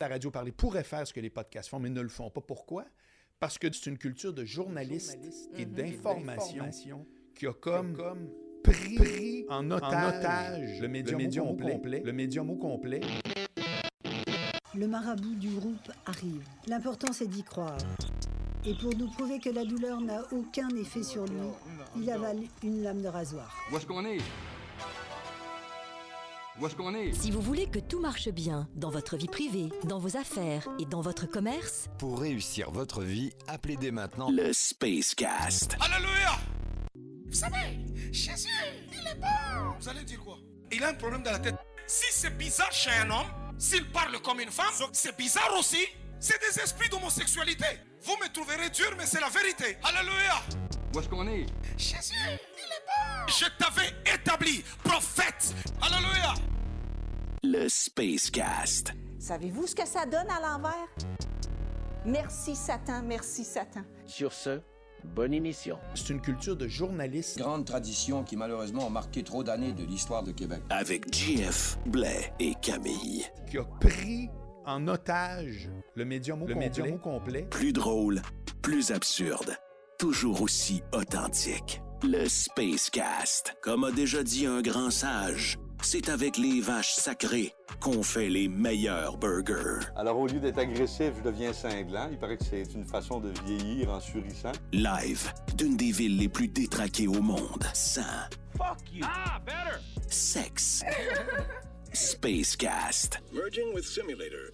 la radio parler pourrait faire ce que les podcasts font, mais ne le font pas. Pourquoi? Parce que c'est une culture de journalistes journaliste et mhm. d'information qui a comme, comme pris, pris en otage, le médium, au complet, le médium au complet. Le marabout du groupe arrive. L'important c'est d'y croire. Et pour nous prouver que la douleur n'a aucun effet sur lui, il avale une lame de rasoir. Où est-ce qu'on est Où est-ce qu'on est Si vous voulez que tout marche bien dans votre vie privée, dans vos affaires et dans votre commerce, Pour réussir votre vie, appelez dès maintenant Le Spacecast. Alléluia Vous savez, Jésus, il est bon Vous allez dire quoi Il a un problème dans la tête. Si c'est bizarre chez un homme, s'il parle comme une femme, c'est bizarre aussi. C'est des esprits d'homosexualité. Vous me trouverez dur, mais c'est la vérité. Alléluia où est-ce qu'on est Jésus, il est bon Je t'avais établi prophète. Alléluia Le Spacecast. Savez-vous ce que ça donne à l'envers? Merci Satan, merci Satan. Sur ce, bonne émission. C'est une culture de journalistes Grande tradition qui malheureusement a marqué trop d'années de l'histoire de Québec. Avec JF, Blais et Camille. qui a pris en otage le médium au le complet. Médium au complet. Plus drôle, plus absurde, toujours aussi authentique. Le Spacecast. Comme a déjà dit un grand sage, c'est avec les vaches sacrées qu'on fait les meilleurs burgers. Alors, au lieu d'être agressif, je deviens cinglant. Il paraît que c'est une façon de vieillir en sourissant. Live d'une des villes les plus détraquées au monde. Sang, Ah, better sexe. Spacecast. Merging with simulator.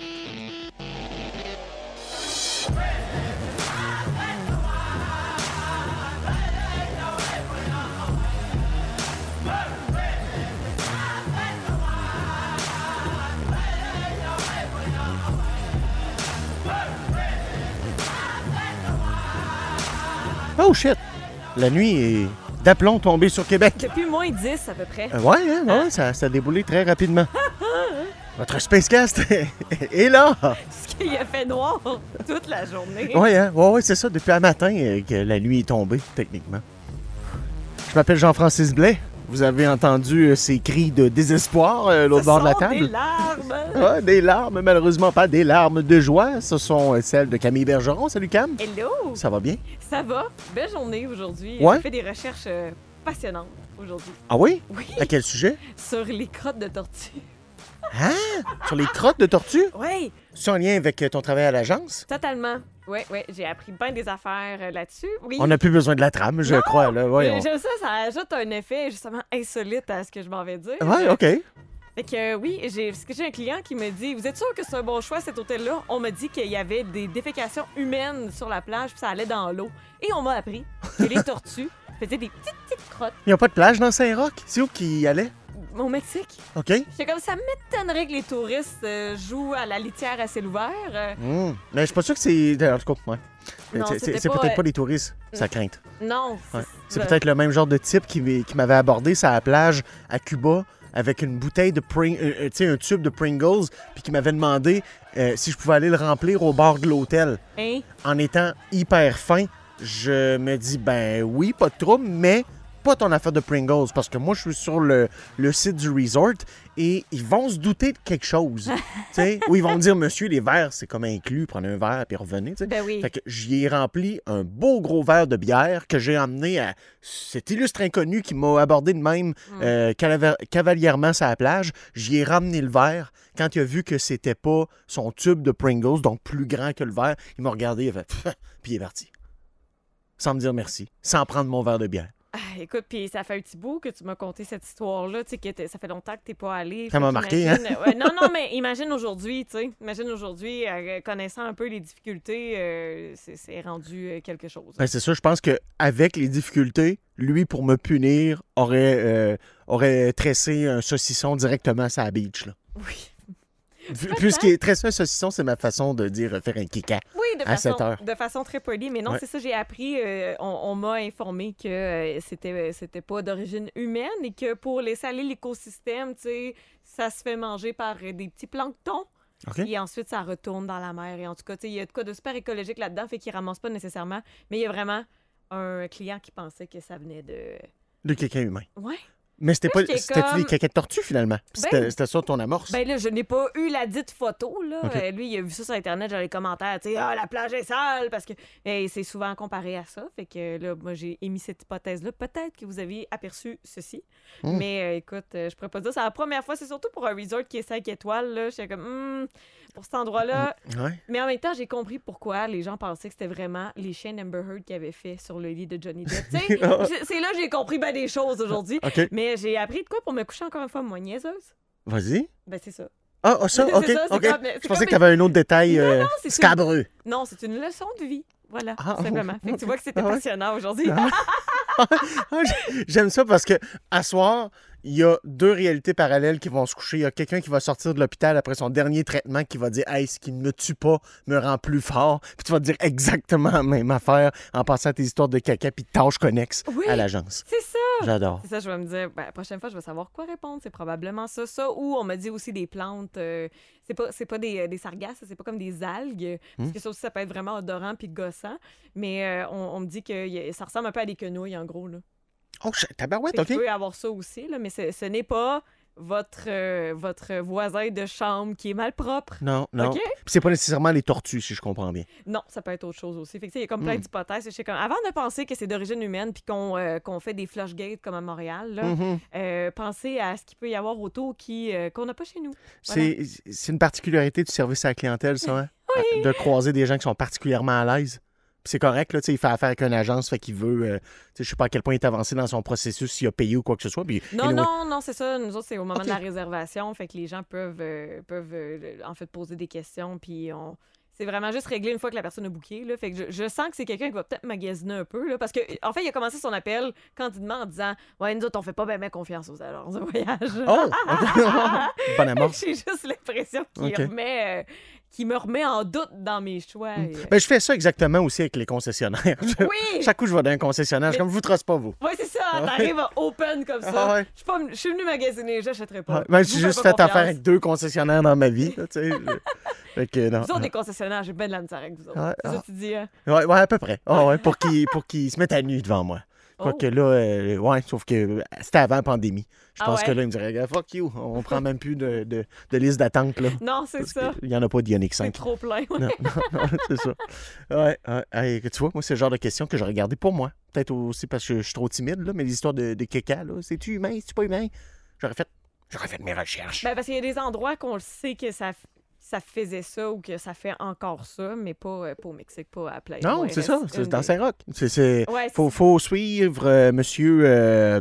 Oh shit! La nuit est d'aplomb tombée sur Québec. Depuis moins 10 à peu près. Euh, ouais, hein, ouais, ça, ça a déboulé très rapidement. Votre Spacecast est là! Parce qu'il a fait noir toute la journée. Ouais, hein, ouais, ouais, c'est ça, depuis un matin euh, que la nuit est tombée, techniquement. Je m'appelle Jean-Francis Blais. Vous avez entendu euh, ces cris de désespoir euh, l'autre Ce bord de la sont table? Des larmes. Ouais, des larmes, malheureusement pas des larmes de joie. Ce sont euh, celles de Camille Bergeron. Salut Cam. Hello. Ça va bien? Ça va? Belle journée aujourd'hui. Ouais. J'ai fait des recherches euh, passionnantes aujourd'hui. Ah oui? Oui. À quel sujet? Sur les crottes de tortue. Hein? Sur les crottes de tortue? Oui, C'est en lien avec euh, ton travail à l'agence? totalement. Oui, oui, j'ai appris bien des affaires euh, là-dessus. Oui. On n'a plus besoin de la trame, je crois. Là. Mais Voyons. J'aime ça, ça ajoute un effet justement insolite à ce que je m'en vais dire. Ouais, OK. Fait que euh, oui, j'ai parce que j'ai un client qui me dit Vous êtes sûr que c'est un bon choix cet hôtel-là On m'a dit qu'il y avait des défécations humaines sur la plage, puis ça allait dans l'eau. Et on m'a appris que les tortues faisaient des petites, petites crottes Ils n'ont pas de plage dans Saint-Roch? C'est où qu'ils y allaient? au Mexique. OK? J'étais comme ça m'étonnerait que les touristes euh, jouent à la litière à ciel ouvert. Euh, Hmm. Mais je suis pas sûr que c'est. En tout cas, ouais. Non, C'est- c'était C'est c'est pas, peut-être euh, pas des touristes, ça crainte. non, c'est- Ouais. C'est ben, peut-être le même genre de type qui, m'est- qui m'avait abordé sur la plage à Cuba avec une bouteille de Pring, euh, euh, tu sais, un tube de Pringles, puis qui m'avait demandé euh, si je pouvais aller le remplir au bord de l'hôtel. hein, En étant hyper fin, je me dis ben oui, pas de trouble, mais pas ton affaire de Pringles parce que moi je suis sur le, le site du resort et ils vont se douter de quelque chose, tu sais, ou ils vont me dire monsieur les verres c'est comme inclus, prendre un verre puis revenez, tu sais. Ben oui. Fait que j'y ai rempli un beau gros verre de bière que j'ai emmené à cet illustre inconnu qui m'a abordé de même euh, calaver- cavalièrement sur la plage. J'y ai ramené le verre. Quand il a vu que c'était pas son tube de Pringles, donc plus grand que le verre, il m'a regardé, il a fait Pff puis il est parti. Sans me dire merci, sans prendre mon verre de bière. Ah, écoute, puis ça fait un petit bout que tu m'as conté cette histoire-là, tu sais, que t'es- ça fait longtemps que t'es pas allé. Ça m'a marqué, hein? non, non, mais imagine aujourd'hui, tu sais, imagine aujourd'hui, euh, connaissant un peu les difficultés, euh, c'est- c'est rendu euh, quelque chose. Ben, c'est ça, je pense que avec les difficultés, lui, pour me punir, aurait, euh, aurait tressé un saucisson directement à sa beach. Là. Oui, Vu- Puisqu'il tressé un saucisson, c'est ma façon de dire euh, faire un kika. oui de, À cette façon, heure. de façon très polie, mais non, Ouais. c'est ça, j'ai appris, euh, on, on m'a informé que euh, c'était euh, c'était pas d'origine humaine et que pour laisser aller l'écosystème, tu sais, ça se fait manger par euh, des petits planctons. OK? Et ensuite, ça retourne dans la mer. Et en tout cas, tu sais, il y a de quoi de super écologique là-dedans, fait qu'ils ramassent pas nécessairement. Mais il y a vraiment un client qui pensait que ça venait de. De quelqu'un humain. Ouais. Mais c'était Là, pas. j'étais C'était comme- des caca de tortue, finalement. Puis Ben- C'était c'était ça ton amorce. Ben là, je n'ai pas eu la dite photo. Là. Ok. Euh, Lui, il a vu ça sur Internet, dans les commentaires. Tu sais, ah, la plage est sale parce que et c'est souvent comparé à ça. Fait que là, moi, j'ai émis cette hypothèse-là. Peut-être que vous aviez aperçu ceci. Hmm. Mais euh, écoute, euh, je pourrais pas dire. C'est la première fois. C'est surtout pour un resort qui est 5 étoiles. Là. J'étais comme, Hmm, pour cet endroit-là. Ouais. Mais en même temps, j'ai compris pourquoi les gens pensaient que c'était vraiment les chiens Amber Heard qui avaient fait sur le lit de Johnny Depp. Tu sais, c'est- c'est là que j'ai compris ben des choses aujourd'hui. Ok. Mais j'ai appris de quoi pour me coucher encore une fois, moi, niaiseuse. Vas-y. Ben, c'est ça. Ah, ah, ça, C'est ok. ça, c'est comme- ok. c'est Je comme pensais que une- t'avais un autre détail euh, c'est ça. scabreux. Non, c'est une leçon de vie. Voilà, Ah, tout simplement. Fait que tu vois que c'était Ah ouais. passionnant aujourd'hui. Ah Ah, j'ai- J'aime ça parce que à soir, il y a deux réalités parallèles qui vont se coucher. Il y a quelqu'un qui va sortir de l'hôpital après son dernier traitement qui va dire Hey, ce qui ne me tue pas me rend plus fort. Puis tu vas te dire exactement la même affaire en passant à tes histoires de caca puis de tâches connexes Oui, Ah. à l'agence. C'est ça. J'adore. C'est ça, je vais me dire, ben, la prochaine fois, je vais savoir quoi répondre. C'est probablement ça. Ça, ou on me dit aussi des plantes. euh, c'est pas, c'est pas des, euh, des sargasses, c'est pas comme des algues. Parce Hmm. que ça aussi, ça peut être vraiment odorant puis gossant. Mais euh, on, on me dit que y a- ça ressemble un peu à des quenouilles, en gros. Là. Oh, shit, tabarouette, Fait OK. qu'il peut y avoir ça aussi, là, mais ce, ce n'est pas votre, euh, votre voisin de chambre qui est malpropre. Non, non. OK? Puis c'est pas nécessairement les tortues, si je comprends bien. Non, ça peut être autre chose aussi. Fait que, tu sais, il y a comme plein Mm. d'hypothèses. Je sais comme- Avant de penser que c'est d'origine humaine puis qu'on euh, qu'on fait des flushgates comme à Montréal, là, Mhm. euh, pensez à ce qu'il peut y avoir autour qui, euh, qu'on n'a pas chez nous. Voilà. C'est c'est une particularité du service à la clientèle, ça, hein? De croiser des gens qui sont particulièrement à l'aise. Puis c'est correct, là, tu sais, il fait affaire avec une agence, fait qu'il veut. euh, tu sais, je sais pas à quel point il est avancé dans son processus, s'il a payé ou quoi que ce soit. Puis, Non, anyway, non, non, c'est ça. Nous autres, c'est au moment Ok. de la réservation. Fait que les gens peuvent, euh, peuvent euh, en fait poser des questions. Puis on... c'est vraiment juste réglé une fois que la personne a booké. Là. Fait que je, je sens que c'est quelqu'un qui va peut-être magasiner un peu. Là, parce que, en fait, il a commencé son appel candidement en disant Ouais, nous autres, on fait pas bien confiance aux agences de voyage. Oh! Bonne amorce. J'ai juste l'impression qu'il Ok. remet, euh, qu'il me remet en doute dans mes choix. et, euh, Ben, je fais ça exactement aussi avec les concessionnaires. Je- Oui! Chaque coup, je vais dans un concessionnaire, je suis Mais- comme, je vous trosse pas, vous. Ouais, c'est ça, Ah ouais. t'arrives open comme ça. Ah ouais. je, suis pas- je suis venue magasiner, j'achèterai pas. Ouais, ben, Je vous j'ai fais juste pas fait affaire confiance. avec deux concessionnaires dans ma vie, là, tu sais. Fait que, non. Vous autres, des concessionnaires, j'ai bien de la misère avec vous autres. Ouais, C'est ça ah. que tu dis, hein? Ouais, ouais, à peu près. Ah ouais, pour qu'ils pour qu'ils se mettent à nu devant moi. Quoique là, euh, ouais, sauf que euh, c'était avant la pandémie. Oh. Je Ah pense que ouais? là, ils me diraient, Regarde, fuck you, on prend même plus de, de, de liste d'attente. là. Non, c'est Parce ça. que Il n'y en a pas d'Ionic C'est 5. trop plein, ouais. Non, non, non, c'est ça. Ouais, ouais. Hey, que tu vois, moi, c'est le genre de question que j'aurais gardé pour moi. Peut-être aussi parce que je suis trop timide, là, mais l'histoire de, de caca, là, c'est-tu humain, c'est-tu pas humain? J'aurais fait, j'aurais fait mes recherches. Ben, parce qu'il y a des endroits qu'on le sait que ça, f- ça faisait ça ou que ça fait encore ça, mais pas, euh, pas au Mexique, pas à Playa. Non, del c'est Reste, ça, c'est une dans des- Saint-Roch. C'est, c'est- Ouais, c'est faut, faut suivre euh, monsieur, euh,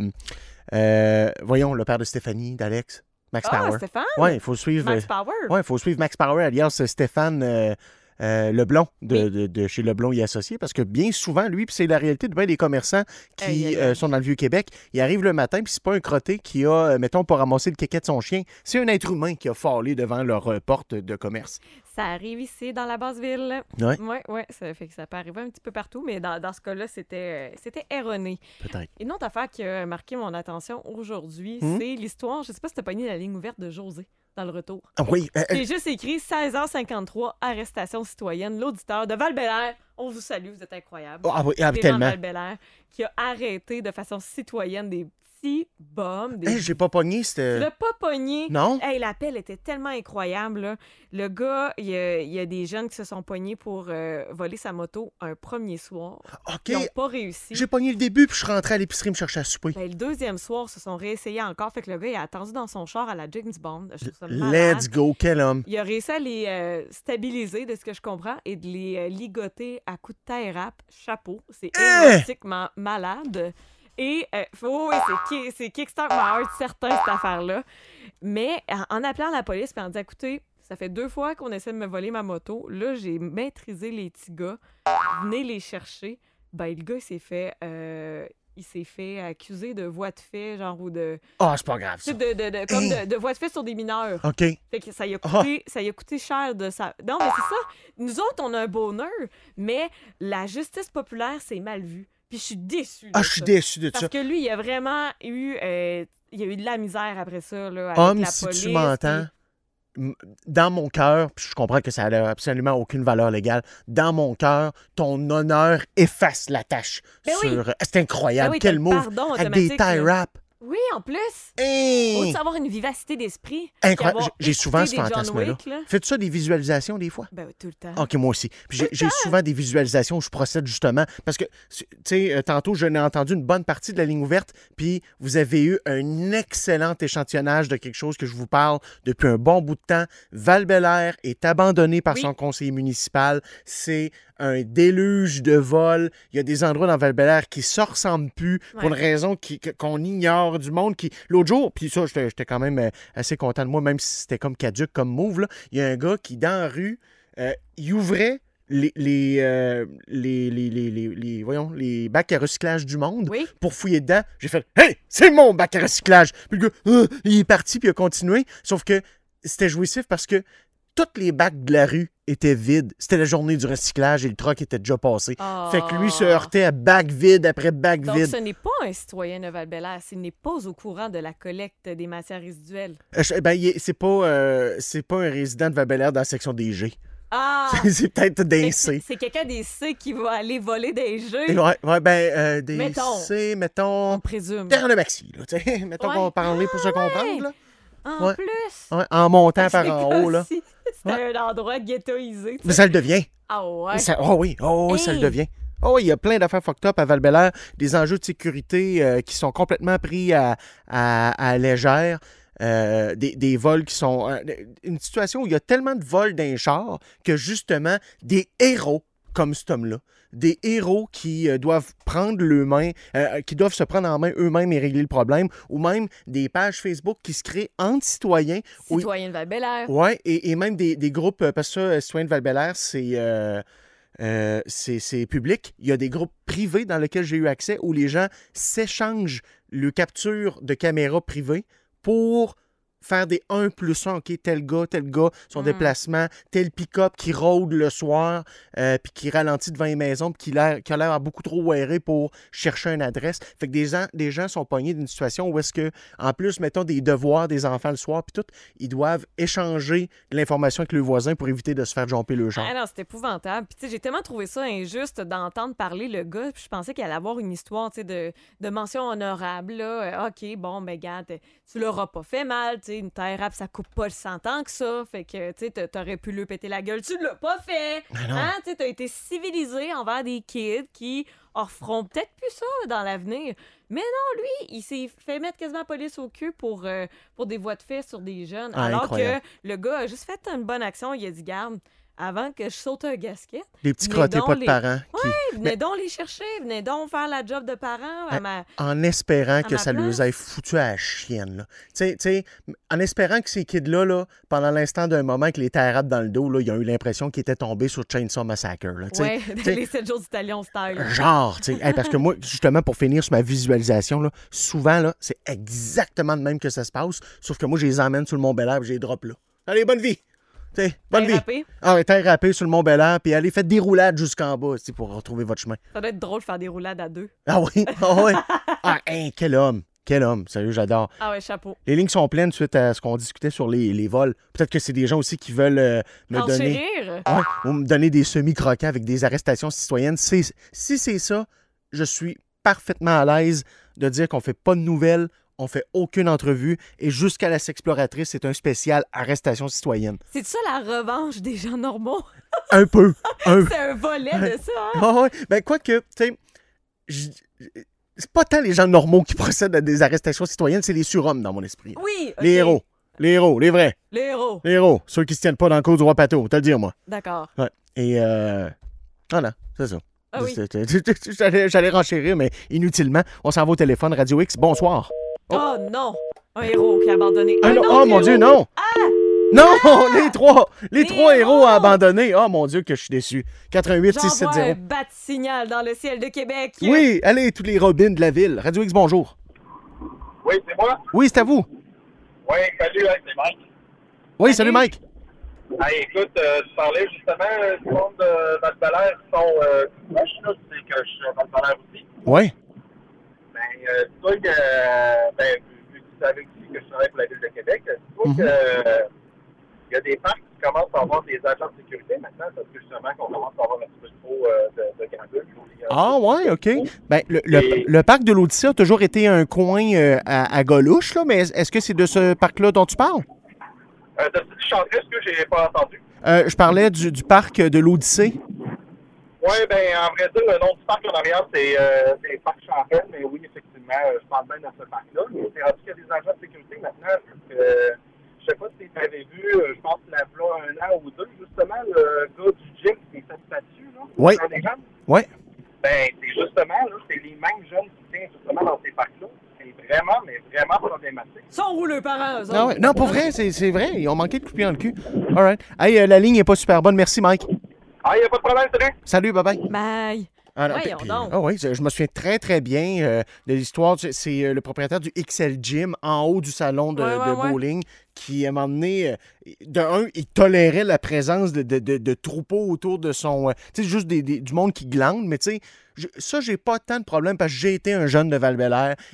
euh, voyons, le père de Stéphanie, d'Alex, Max Ah, Power. Stéphane? Oui, il faut suivre. Max euh, Power? ouais, faut suivre Max Power, alias Stéphane euh, euh, Leblon, de, de- de chez Leblon y associé, parce que bien souvent, lui, puis c'est la réalité de bien des commerçants qui Aïe, aïe, aïe. euh, sont dans le Vieux-Québec, ils arrivent le matin, puis c'est pas un crotté qui a, euh, mettons, pour ramasser le kéké de son chien, c'est un être humain qui a fallu devant leur euh, porte de commerce. Ça arrive ici, dans la basse ville. Ouais. Ouais, ouais, ça fait que ça peut arriver un petit peu partout, mais dans, dans ce cas-là, c'était, euh, c'était erroné. Peut-être. Une autre affaire qui a marqué mon attention aujourd'hui, Hmm? c'est l'histoire, je sais pas si t'as pogné la ligne ouverte de José dans le retour. Ah oui, euh, C'est juste écrit 16h53, arrestation citoyenne, l'auditeur de val On vous salue, vous êtes incroyable. Ah oui, ah, tellement. val qui a arrêté de façon citoyenne des petits bombes. Des... Hey, j'ai pas pogné, Tu c'était... l'as pas pogné. Non. Hey, l'appel était tellement incroyable. là. Le gars, il y, a- il y a des jeunes qui se sont pognés pour euh, voler sa moto un premier soir. OK. Ils n'ont pas réussi. J'ai pogné le début, puis je suis rentré à l'épicerie me chercher à souper. Ben, le deuxième soir, se sont réessayés encore. Fait que le gars, il a attendu dans son char à la James Bond. Je trouve ça malade. Let's go, quel homme. Il a réussi à les euh, stabiliser, de ce que je comprends, et de les euh, ligoter à coups de taille rap, chapeau. C'est érotiquement malade. Et euh, faut- oui, c'est ki- c'est Kickstart My Heart, certain, cette affaire-là. Mais en, en appelant la police, puis en disant, écoutez, ça fait deux fois qu'on essaie de me voler ma moto. Là, j'ai maîtrisé les petits gars. Venez les chercher. Ben, le gars, il s'est fait... euh, il s'est fait accuser de voie de fait, genre, ou de... Ah, c'est pas grave, Tu sais, ça. de, de, de- comme de, de voies de fait sur des mineurs. OK. Fait que ça lui a Ah. coûté, ça lui a coûté cher de sa. Non, mais c'est ça. Nous autres, on a un bonheur, mais la justice populaire, c'est mal vu. Puis je suis déçue. de Ah, je suis ça. déçu de Parce ça. que lui, il a vraiment eu. euh, il a eu de la misère après ça. Là, avec Homme, la si police, tu m'entends, m- dans mon cœur, puis je comprends que ça n'a absolument aucune valeur légale, dans mon cœur, ton honneur efface la tâche. Ben oui. sur... Ah, C'est Ben incroyable, oui, t'as quel le move. pardon Avec des automatique, là. tie wraps. Oui, en plus. Hey! Faut-tu avoir une vivacité d'esprit? Hein. Incroyable. Puis avoir J'ai souvent ce écouté des John fantasme-là. Oh, Wick, là. Faites ça des visualisations des fois? Ben, tout le temps. Ah, OK, moi aussi. Puis j'ai- j'ai souvent des visualisations où je procède justement parce que, tu sais, euh, tantôt, je n'ai entendu une bonne partie de la ligne ouverte, puis vous avez eu un excellent échantillonnage de quelque chose que je vous parle depuis un bon bout de temps. val est abandonné par Oui. son conseiller municipal. C'est un déluge de vols. Il y a des endroits dans val qui ne se ressemblent plus pour une Ouais. raison qui- que- qu'on ignore du monde. qui L'autre jour, puis ça, j'étais j'étais quand même euh, assez content de moi, même si c'était comme caduque, comme move, là. il y a un gars qui, dans la rue, euh, il ouvrait les, les, euh, les, les, les, les- les- voyons, les bacs à recyclage du monde pour fouiller dedans. J'ai fait Hey, c'est mon bac à recyclage! Puis le gars, Ah! il est parti, puis il a continué. Sauf que c'était jouissif parce que tous les bacs de la rue étaient vides. C'était la journée du recyclage et le truck était déjà passé. Fait que lui se heurtait à bac vide après bac Ah. Donc, vide. ce n'est pas un citoyen de Val-Bélair. Il n'est pas au courant de la collecte des matières résiduelles. Euh, je- ben, il est- c'est pas, euh, c'est pas un résident de Vabelaire dans la section des G. Ah! c'est peut-être Fait d'un que C. C'est c'est quelqu'un des C qui va aller voler des jeux. Ouais, ouais, ben, euh, des Mettons. C, mettons. On présume. Terre de maxi, là, tu sais. Mettons Ouais. Ah, qu'on va parler pour se comprendre, là. En Ouais. plus! Ouais, en montant par C'est en comme haut, là. si C'était un endroit ghettoisé. tu Mais sais. ça le devient. Ah ouais? Ça- oh oui, oh oui, ça le Hey! devient. Oh oui, il y a plein d'affaires fucked up à val des enjeux de sécurité euh, qui sont complètement pris à, à, à légère, euh, des, des vols qui sont... euh, une situation où il y a tellement de vols d'un char que justement, des héros comme cet homme-là, des héros qui euh, doivent prendre le main, euh, qui doivent se prendre en main eux-mêmes et régler le problème, ou même des pages Facebook qui se créent entre citoyens. où- Citoyen de Val-Bélair. Ouais, et, et même des, des groupes, euh, parce que ça, euh, Citoyens de Val-Bélair, c'est. euh, euh, c'est c'est public. Il y a des groupes privés dans lesquels j'ai eu accès où les gens s'échangent le capture de caméras privées pour faire des 1 plus 1. OK, tel gars, tel gars, son déplacement, tel pick-up qui rôde le soir, euh, puis qui ralentit devant les maisons, puis qui, l'air- qui a l'air beaucoup trop erré pour chercher une adresse. Fait que des gens, des gens sont pognés d'une situation où est-ce que, en plus, mettons, des devoirs des enfants le soir, puis tout, ils doivent échanger de l'information avec le voisin pour éviter de se faire jumper le champ. Ah non, c'est épouvantable. Puis tu sais, j'ai tellement trouvé ça injuste d'entendre parler le gars. Puis je pensais qu'il allait avoir une histoire, tu sais, de, de mention honorable. Là. Euh, Ok, bon, ben gars, tu l'auras pas fait mal, tu sais, une terre rap, ça coupe pas le 100 ans que ça. Fait que tu sais, t'a- t'aurais pu le péter la gueule, tu l'as pas fait. Ah non. Hein, tu sais, t'as été civilisé envers des kids qui en feront peut-être plus ça dans l'avenir. Mais non, lui, il s'est fait mettre quasiment la police au cul pour, euh, pour des voies de fait sur des jeunes. Ah, alors incroyable. que le gars a juste fait une bonne action, il a dit garde avant que je saute un gasket. Les petits venez crottés donc pas de les- parents Ouais, qui- venez Mais- Ah, donc les chercher, venez donc faire la job de parents à Ouais. ma- En espérant À que ma ça place. les ait foutu à la chienne. là. Tu sais- tu sais, en espérant que ces kids-là, là, pendant l'instant d'un moment que les terrapes dans le dos, là, ils ont eu l'impression qu'ils étaient tombés sur Chainsaw Massacre. là. Tu sais, Ouais, tu sais, les 7 jours d'Italien style. Genre, tu sais. Hey, parce que moi, justement, pour finir sur ma visualisation, là, souvent, là, c'est exactement de même que ça se passe, sauf que moi, je les emmène sur le Mont Bel-Air et je les drop là. Allez, bonne vie! Tu sais, Ben, bonne vie! Terrapé. Ah, ouais, terre râpée sur le Mont Bel-Air, puis allez, faites des roulades jusqu'en bas tu sais, pour retrouver votre chemin. Ça doit être drôle de faire des roulades à deux. Ah oui, ah oui. Ah, hein, quel homme, quel homme. Sérieux, j'adore. Ah ouais, chapeau. Les lignes sont pleines suite à ce qu'on discutait sur les, les vols. Peut-être que c'est des gens aussi qui veulent euh, me donner. Enchérir. Ouais, ou me donner des semi-croquants avec des arrestations citoyennes. C'est- si c'est ça, je suis parfaitement à l'aise de dire qu'on fait pas de nouvelles, on fait aucune entrevue et jusqu'à la exploratrice, c'est un spécial arrestation citoyenne. C'est ça la revanche des gens normaux? Un peu, un C'est un volet de ça, hein? Ouais, ouais. Ben, quoique, tu sais, je- c'est pas tant les gens normaux qui procèdent à des arrestations citoyennes, c'est les surhommes dans mon esprit. Oui, Les ok. héros. Les héros, les vrais. Les héros. Les héros. Ceux qui se tiennent pas dans le cours du roi Pato, t'as le dire, moi. D'accord. Ouais. Et, euh, voilà, c'est ça. Ah oui. C'est- c'est- J'allais j'allais renchérir, mais inutilement. On s'en va au téléphone. Radio X, bonsoir. Oh. non! Un héros qui a abandonné. Ah Un non, autre oh mon héros. Dieu, non! Non, les trois, les, trois héros à abandonner. Oh mon Dieu, que je suis déçu. 88 J'envoie 670. un bat de signal dans le ciel de Québec. Oui, allez, tous les robins de la ville. Radio X, bonjour. Oui, c'est moi. Oui, c'est à vous. Oui, salut, hein, c'est Mike. Oui, salut Mike. Hey, écoute, euh, tu parlais justement euh, du monde de Val-Belair qui sont euh, proches, là, tu sais que je suis à Val-Belair aussi. Oui. Ben, euh, tu vois que, euh, ben, vu que tu savais aussi que je travaille pour la Ville de Québec, tu vois que, euh, il y a des parcs qui commencent à avoir des agents de sécurité maintenant, parce que justement, qu'on commence à avoir un petit peu trop euh, de, de grabules. Ah ouais, OK. Ben, le, le- le parc de l'Odyssée a toujours été un coin euh, à, à Gaulouche, là, mais est- est-ce que c'est de ce parc-là dont tu parles? Euh, T'as dit chanter ce que j'ai pas entendu? Euh, je parlais du, du parc de l'Odyssée. Oui, ben, en vrai dire, le nom du parc en arrière, c'est euh, c'est Parc Champel, mais oui, effectivement, euh, je parle bien de ce parc-là. Mais C'est rendu qu'il y a des agents de sécurité maintenant. parce que, euh, je sais pas si tu avais vu, euh, je pense, là, là, un an ou deux, justement, le gars du gym qui s'est fait statue, là. Oui. dans les jambes. Ouais. Ben, c'est justement, là, c'est les mêmes jeunes qui viennent justement dans ces parcs-là. C'est vraiment, mais vraiment problématique. Sont rouleux parents, eux Ah ouais. Non, pour vrai, c'est c'est vrai. Ils ont manqué de couper dans le cul. All right. Hey, euh, la ligne n'est pas super bonne. Merci, Mike. Ah, il n'y a pas de problème, salut. Salut, bye-bye. Bye. Ah non, Voyons puis- donc. ah oui, je je me souviens très, très bien euh, de l'histoire. C'est- C'est euh, le propriétaire du XL Gym en haut du salon de, Ouais, ouais, de ouais. bowling qui, à un moment donné, euh, de un, il tolérait la présence de, de- de- de troupeaux autour de son. euh, tu sais, juste des- des- du monde qui glande, mais tu sais, je- ça, j'ai pas tant de problèmes parce que j'ai été un jeune de val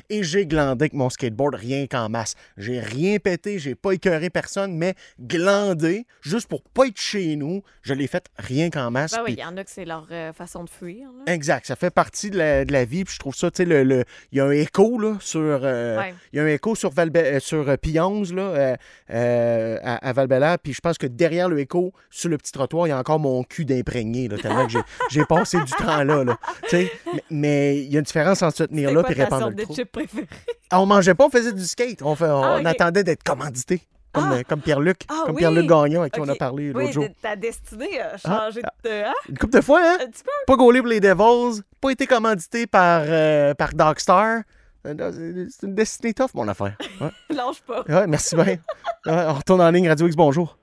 et j'ai glandé avec mon skateboard rien qu'en masse. J'ai rien pété, j'ai pas écœuré personne, mais glander, juste pour pas être chez nous, je l'ai fait rien qu'en masse. Ben oui, puis- il y en a que c'est leur euh, façon de fuir. là. Exact, ça fait partie de la, de la vie. Puis je trouve ça, tu sais, le- le- il y a un écho là, sur, euh, Ouais. il y a un écho sur Valbe- euh, sur euh, Pionze là, euh, euh, à, à Val-Belair. Puis je pense que derrière le écho, sur le petit trottoir, il y a encore mon cul d'imprégné. Là, tellement que j'ai, j'ai passé du temps là. là. Tu sais, mais- mais il y a une différence entre se tenir C'est là quoi et ta répandre sorte le de trou. chip préférée? Ah, On mangeait pas, on faisait du skate. On, fait- on- Ah, on ok. attendait d'être commandité, comme, euh, comme Pierre-Luc, Ah comme oui! Pierre-Luc Gagnon, à qui on a Ok. parlé l'autre oui, jour. de- ta destinée a Ah, changé ah. de... hein? Une couple de fois, hein? Un petit peu. Pas gaulé pour les Devils, pas été commandité par, euh, par Darkstar. Euh, C'est une destinée tough, mon affaire. Ouais, Lâche pas. Ouais, merci bien. Ouais, on retourne en ligne, Radio X, bonjour.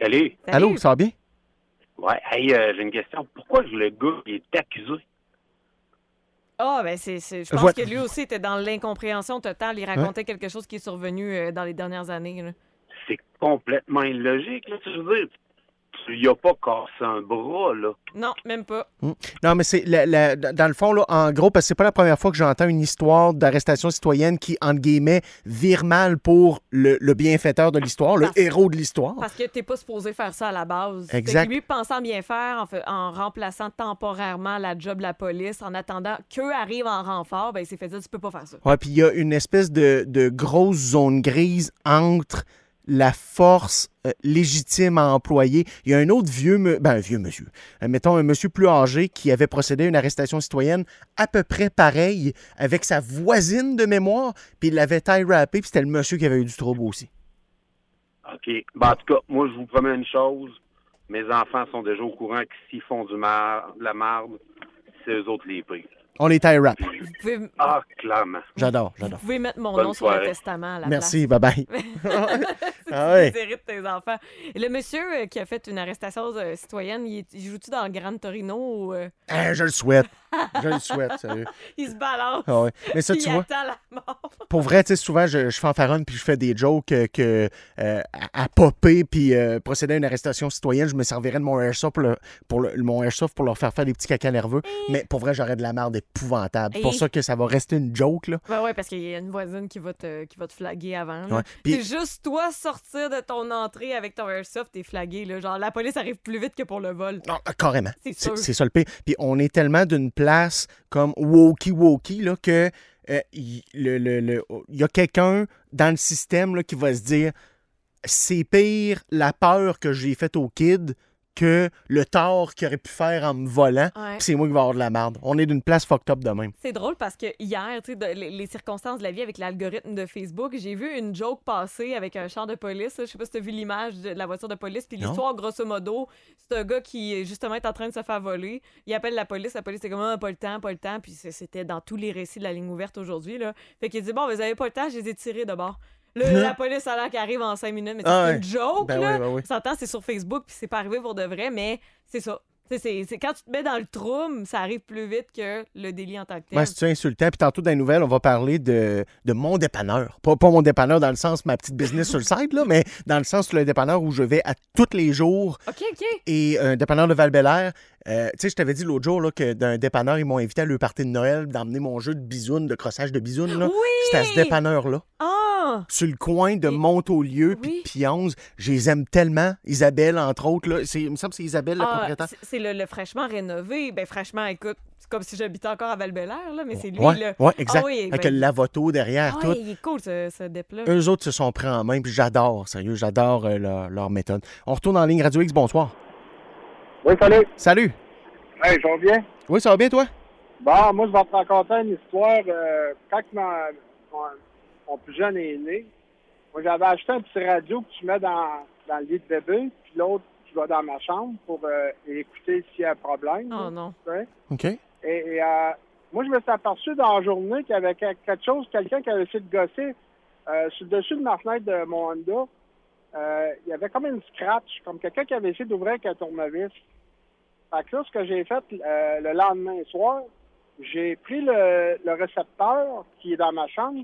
Salut. Allô, ça va bien? Ouais, hey, euh, j'ai une question. Pourquoi le gars il est accusé? Ah, ben c'est, c'est- je pense Voilà. que lui aussi était dans l'incompréhension totale. Il racontait Ouais. quelque chose qui est survenu euh, dans les dernières années. là. C'est complètement illogique, là. Tu veux dire, tu lui as pas cassé un bras, là. Non, même pas. Mm. Non, mais c'est la- la- dans le fond, là, en gros, parce que c'est pas la première fois que j'entends une histoire d'arrestation citoyenne qui, entre guillemets, vire mal pour le, le bienfaiteur de l'histoire, le héros de l'histoire. Parce que t'es pas supposé faire ça à la base. Fait que Exact. lui, pensant bien faire, en, fait- en remplaçant temporairement la job de la police, en attendant qu'eux arrivent en renfort, ben il s'est fait dire, tu peux pas faire ça. Ouais, puis il y a une espèce de, de grosse zone grise entre la force euh, légitime à employer. Il y a un autre vieux, me- ben, un vieux monsieur, Euh, mettons un monsieur plus âgé qui avait procédé à une arrestation citoyenne à peu près pareille avec sa voisine de mémoire, puis il l'avait tie rappé, puis c'était le monsieur qui avait eu du trouble aussi. OK. Ben, en tout cas, moi, je vous promets une chose. Mes enfants sont déjà au courant que s'ils font du mar de la marde, c'est eux autres les pires. On les tie rap. Vous pouvez, Ah, clairement. J'adore, j'adore. vous pouvez mettre mon Bonne nom sur soirée. le testament à la Merci, place. bye-bye. C'est Ah ouais. les hérites de tes enfants. Et le monsieur euh, qui a fait une arrestation euh, citoyenne, il, est- il joue-tu dans le Grand Torino ou... euh? Hein, je le souhaite. Je le souhaite, sérieux. il se balance. Ah ouais. Mais ça, Puis tu il vois- attend la mort. Pour vrai, tu sais, souvent, je, je fanfaronne puis je fais des jokes euh, que euh, à, à popper puis euh, procéder à une arrestation citoyenne, je me servirais de mon airsoft pour, le- pour le- mon airsoft pour leur faire faire des petits caca nerveux. Mais pour vrai, j'aurais de la merde épouvantable. C'est Pour Eh. ça que ça va rester une joke, là. Ben ouais, parce qu'il y a une voisine qui va te, qui va te flaguer avant. là. Ouais, C'est puis- juste toi sortir de ton entrée avec ton airsoft, t'es flagué. Là. Genre, la police arrive plus vite que pour le vol. Ah, Carrément. C'est sûr. C'est c'est ça le pire. Puis on est tellement d'une place comme wokey wokey là, que euh, y, le- le- le- il y a quelqu'un dans le système là, qui va se dire c'est pire la peur que j'ai faite au kid que le tort qu'il aurait pu faire en me volant. Ouais. Puis c'est moi qui vais avoir de la merde. On est d'une place fucked up de même. C'est drôle parce que hier, tu sais, de- les, les circonstances de la vie avec l'algorithme de Facebook, j'ai vu une joke passer avec un char de police. là. Je sais pas si t'as vu l'image de la voiture de police. Puis Non. l'histoire, grosso modo, c'est un gars qui, justement, est en train de se faire voler. Il appelle la police. La police, c'est comme, Ah, pas le temps, pas le temps. Puis c'est- c'était dans tous les récits de la ligne ouverte aujourd'hui. là. Fait qu'il dit, bon, vous avez pas le temps, je les ai tirés de bord. Là, Hein? la police a l'air qu'elle arrive en cinq minutes. Mais c'est Ah une ouais. joke, Ben là. oui, ben oui. On s'entend, c'est sur Facebook, puis c'est pas arrivé pour de vrai, mais c'est ça. Tu sais, C'est, c'est- quand tu te mets dans le trouble, ça arrive plus vite que le délit en tant que tel. Ouais, c'est insultant. Puis tantôt dans les nouvelles, on va parler de, de mon dépanneur. Pas, pas mon dépanneur dans le sens ma petite business sur le side, là, mais dans le sens le dépanneur où je vais à tous les jours. OK, OK. Et un dépanneur de val tu sais, je t'avais dit l'autre jour là, que d'un dépanneur, ils m'ont invité à leur party de Noël d'emmener mon jeu de bisounes, de crossage de bisounes. là. Oui! C'était à ce dépanneur-là. Ah! sur le coin de Montaulieu puis de Pionze. Je les aime tellement. Isabelle, entre autres. Là. C'est- Il me semble que c'est Isabelle, la Ah, propriétaire. c'est- C'est le, le fraîchement rénové. Ben franchement, écoute, c'est comme si j'habitais encore à val là, mais c'est lui, Oui, là. ouais, exact. Ah oui, Avec ben- le lavoto derrière, Ah, tout. Euh, il est cool, ce, ce dep-là. Eux autres se sont pris en main, puis j'adore, sérieux, j'adore euh, leur, leur méthode. On retourne en ligne Radio X, bonsoir. Oui, salut. Salut. Hey, je reviens. Oui, ça va bien, toi? Bon, moi, je vais te raconter une histoire. euh, quand ma- mon, mon plus jeune est né, moi, j'avais acheté un petit radio que tu mets dans, dans le lit de bébé, puis l'autre, tu vas dans ma chambre pour euh, écouter s'il y a un problème. Oh là, non. tu sais. OK. Et, et, euh, moi, je me suis aperçu dans la journée qu'il y avait quel- quelque chose, quelqu'un qui avait essayé de gosser euh, sur le dessus de ma fenêtre de mon Honda. euh, il y avait comme une scratch, comme quelqu'un qui avait essayé d'ouvrir avec un tournevis. Fait que là, ce que j'ai fait euh, le lendemain soir, j'ai pris le, le récepteur qui est dans ma chambre,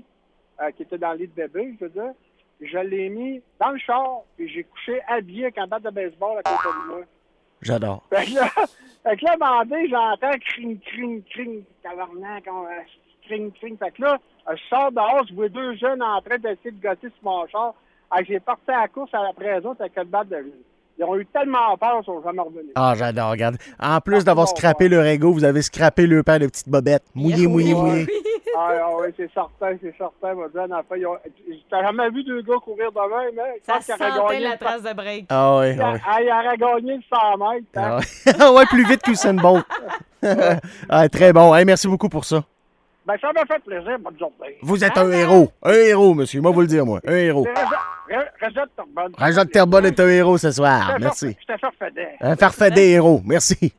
euh, qui était dans le lit de bébé, je veux dire, je l'ai mis dans le char, puis j'ai couché habillé avec un bat de baseball à côté de moi. J'adore. Fait que là, fait que là, à un moment donné, j'entends cring, cring, cring, tabarnak, on, euh, cring, cring. Fait que là, euh, je sors dehors, je vois deux jeunes en train d'essayer de gâter sur mon char. Ah, J'ai parti à la course à la prison avec une batte de ville. Ils ont eu tellement peur, ils sont jamais revenus. Ah, j'adore, regarde. En plus d'avoir scrappé leur ego, vous avez scrappé leur paire de petites bobettes. Mouillé, mouillé, mouillé. Ah, ah oui, c'est certain, c'est certain, m'a dit un enfant. Ils ont- T'as jamais vu deux gars courir de même, hein? Ça Quand ils auraient sentait gagné la le- trace de break. Ah ouais, ah ouais. Ah, il aurait gagné le 100 mètres. hein? Ah ouais. Ah ouais, plus vite qu'Usain Bolt. Ah, très bon. Hey, merci beaucoup pour ça. Ben, ça m'a fait plaisir, bonne journée. Vous êtes un héros. Un héros, monsieur. Moi, vous le dire, moi. Un héros. C'est Rajat- Ra- Rajat Torbonne. Rajat Terbol est un héros ce soir. Merci. Je te farfadet. Un parfait des héros. Merci.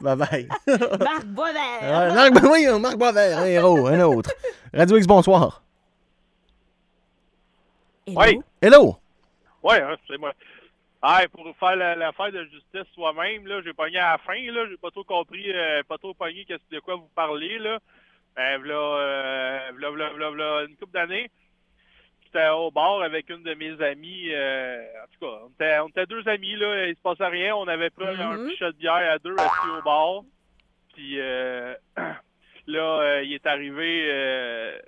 Bye bye. Marc Boisvert. Ah, Marc, Bo- oui, Marc Boisvert, un héros, un autre. Radio X, bonsoir. Oui, Hello! oui, hein, c'est moi. Ah, et pour faire la- l'affaire de justice soi-même, là, j'ai pogné à la fin, là, j'ai pas trop compris, euh, pas trop pogné qu'est-ce- de quoi vous parlez, là. Ben, v'là, euh, v'là, v'là, v'là, v'là une couple d'années, j'étais au bar avec une de mes amies, euh, en tout cas, on était, on était deux amis, là, il se passait rien, on avait pris un petit shot de bière à deux assis au bar, puis euh, là, euh, il est arrivé, euh,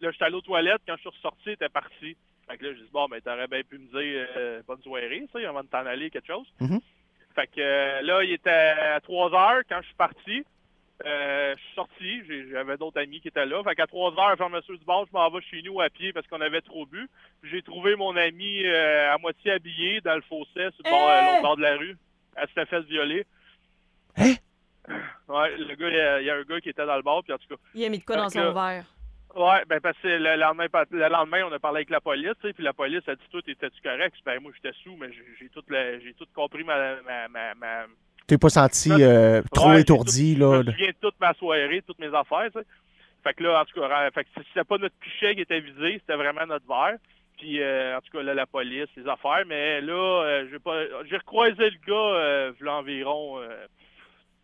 là, j'étais allé aux toilettes, quand je suis ressorti, il était parti. Fait que là, j'ai dit, bon, ben, t'aurais bien pu me dire euh, bonne soirée, ça, avant de t'en aller, quelque chose. Fait que euh, là, il était à 3 heures quand je suis parti. Euh, je suis sorti, j'ai- j'avais d'autres amis qui étaient là. Fait qu'à 3 heures, fermeture du bar, je m'en vais chez nous à pied parce qu'on avait trop bu. Puis J'ai trouvé mon ami euh, à moitié habillé dans le fossé sur le bord, Hey! euh, l'autre bord de la rue. Elle s'était fait violer. Ouais, le gars, il y a- il y, a un gars qui était dans le bar, puis en tout cas. Il a mis de quoi Fait dans que son là- verre? Ouais, ben parce que le lendemain, pa- le lendemain, on a parlé avec la police, tu sais, puis la police a dit tout était-tu correct? Ben moi j'étais sous, mais j'ai- j'ai tout le- j'ai tout compris ma, ma, ma, ma- T'es pas senti euh, trop Ouais, j'ai étourdi, je là? me souviens de toute ma soirée, toutes mes affaires, tu sais. Fait que là, en tout cas, ra- fait que c'était pas notre pichet qui était visé, c'était vraiment notre verre. Puis, euh, en tout cas, là, la police, les affaires. Mais là, euh, j'ai pas, j'ai recroisé le gars, euh, v'là environ, euh,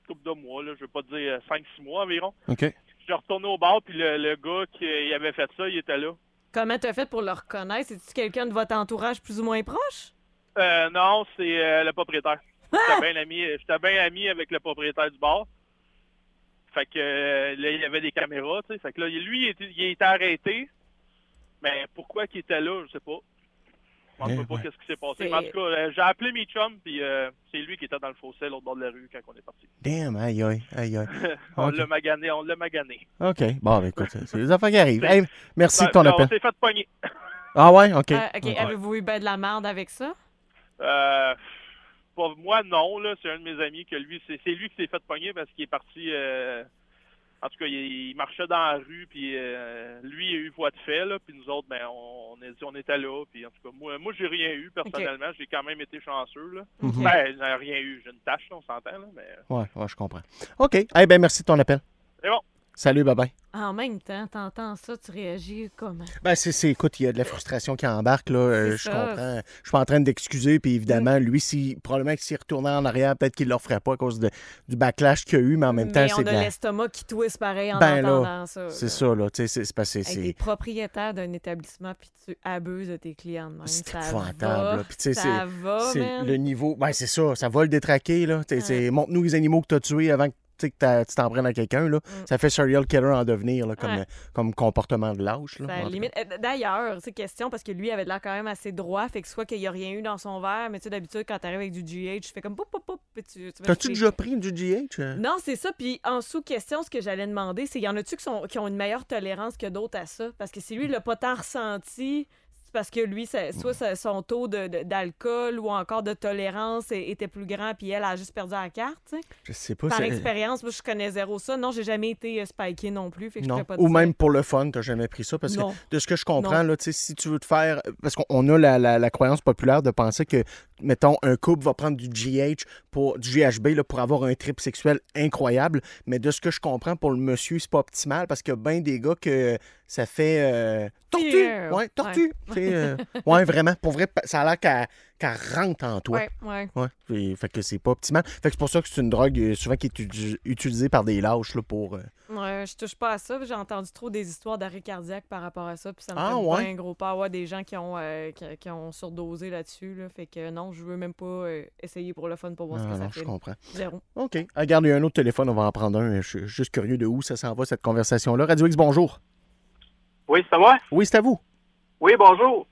couple de mois, là, je veux pas dire 5-6 mois environ. OK. J'ai retourné au bar, puis le, le gars qui euh, il avait fait ça, il était là. Comment t'as fait pour le reconnaître? C'est-tu quelqu'un de votre entourage plus ou moins proche? Euh, non, c'est euh, le propriétaire. Ah! J'étais bien ami, j'étais bien ami avec le propriétaire du bar. Fait que euh, là, il y avait des caméras, tu sais. Fait que là, lui, il était, il était arrêté. Mais pourquoi qu'il était là, je sais pas. Je Eh ne sais pas qu'est-ce qui s'est passé. Mais en tout cas, euh, j'ai appelé mes chums, puis euh, c'est lui qui était dans le fossé, l'autre bord de la rue, quand on est parti. Damn, aïe, aïe, aïe, aïe. on Ok. l'a magané, on l'a magané. OK. Bon, ben, écoute, c'est les affaires qui arrivent. Hey, merci Ben, de ton ben, On appel. s'est fait pogner. Ah ouais? OK. Ah, OK. Avez-vous eu ben de la merde avec ça? Euh, pour moi, non. là. C'est un de mes amis que lui, c'est c'est lui qui s'est fait pogner parce qu'il est parti. euh, en tout cas, il, il marchait dans la rue, puis euh, lui, il a eu voie de fait, là, puis nous autres, ben, on, on, est- on était là. Puis en tout cas, moi, moi j'ai rien eu personnellement. J'ai quand même été chanceux. Là. Ok. Ben, j'ai rien eu. J'ai une tâche, on s'entend, là, mais mhm. Ouais, ouais, je comprends. OK. Eh ben, merci de ton appel. c'est bon. Salut, bye-bye. En même temps, t'entends ça, tu réagis comment? Ben, c'est, c'est- écoute, il y a de la frustration qui embarque, là. euh, C'est je ça. Mm. comprends. Je suis pas en train d'excuser, puis évidemment, lui, si, probablement que s'il retournait en arrière, peut-être qu'il ne le referait pas à cause de- du backlash qu'il y a eu, mais en même temps, Mm, Mais on c'est de a la- l'estomac qui twist pareil en Ben entendant là, ça. c'est ça, là. Tu sais, c'est, c'est parce que Hey, c'est- t'es propriétaire d'un établissement puis tu abuses de tes clients de même. C'est ça épouvantable. là. Va, Puis, tu sais, ça va, c'est Ah, man. le niveau. Ben, c'est ça, ça va le détraquer. Là. T'sais, c'est- Montre-nous les animaux que tu as tués avant que tu sais, que t'as- tu t'en prennes à quelqu'un, là, ça fait serial killer en devenir là, comme, Mm. Ouais. euh, comme comportement de lâche. là. Ça En tout limite. Euh, D'ailleurs, c'est question parce que lui avait l'air quand même assez droit, fait que soit qu'il n'y a rien eu dans son verre, mais tu sais, d'habitude, quand t'arrives avec du GH, tu fais comme pop, pop, pop. puis tu- tu cas. vas T'as-tu chercher- déjà pris du GH? euh? Non, c'est ça. Puis en sous-question, ce que j'allais demander, c'est y en a-tu qui, sont- qui ont une meilleure tolérance que d'autres à ça? Parce que si lui, il l'a pas tant ressenti, c'est parce que lui, ça- soit ça- son taux de- de- d'alcool ou encore de tolérance é- était plus grand, puis elle a juste perdu la carte. tu sais. Je sais pas. Par c'est- expérience, moi, je connais zéro ça. Non, j'ai jamais été euh, spikée non plus. Fait que je Non. pourrais pas te Ou dire. même pour le fun, t'as jamais pris ça. Parce Non. que de ce que je Non. comprends, là, tu sais, si tu veux te faire. Parce qu'on on a la, la- la croyance populaire de penser que, mettons, un couple va prendre du GH pour du GHB là, pour avoir un trip sexuel incroyable. Mais de ce que je comprends, pour le monsieur, c'est pas optimal parce qu'il y a bien des gars que ça fait euh, tortue! Yeah. Ouais, tortue! Ouais. Tu sais, euh, ouais, vraiment. Pour vrai, ça a l'air qu'elle qu'elle rentre en toi. Ouais, ouais. Ouais, et- fait que c'est pas optimal. Fait que c'est pour ça que c'est une drogue euh, souvent qui est utu- utilisée par des lâches là, pour. euh, Ouais, je touche pas à ça. puis J'ai entendu trop des histoires d'arrêt cardiaque par rapport à ça. Puis ça me Ah, fait ouais? bien gros peur. Ouais, des gens qui ont, euh, qui, qui ont surdosé là-dessus. Là, fait que non, je veux même pas euh, essayer pour le fun pour voir ce Non, que ça non, fait. je comprends. Zéro. OK. Ah, Regarde, il y a un autre téléphone, on va en prendre un. Je suis juste curieux de où ça s'en va, cette conversation-là. Radio X, bonjour. Oui, ça va? Oui, c'est à vous. Oui, bonjour.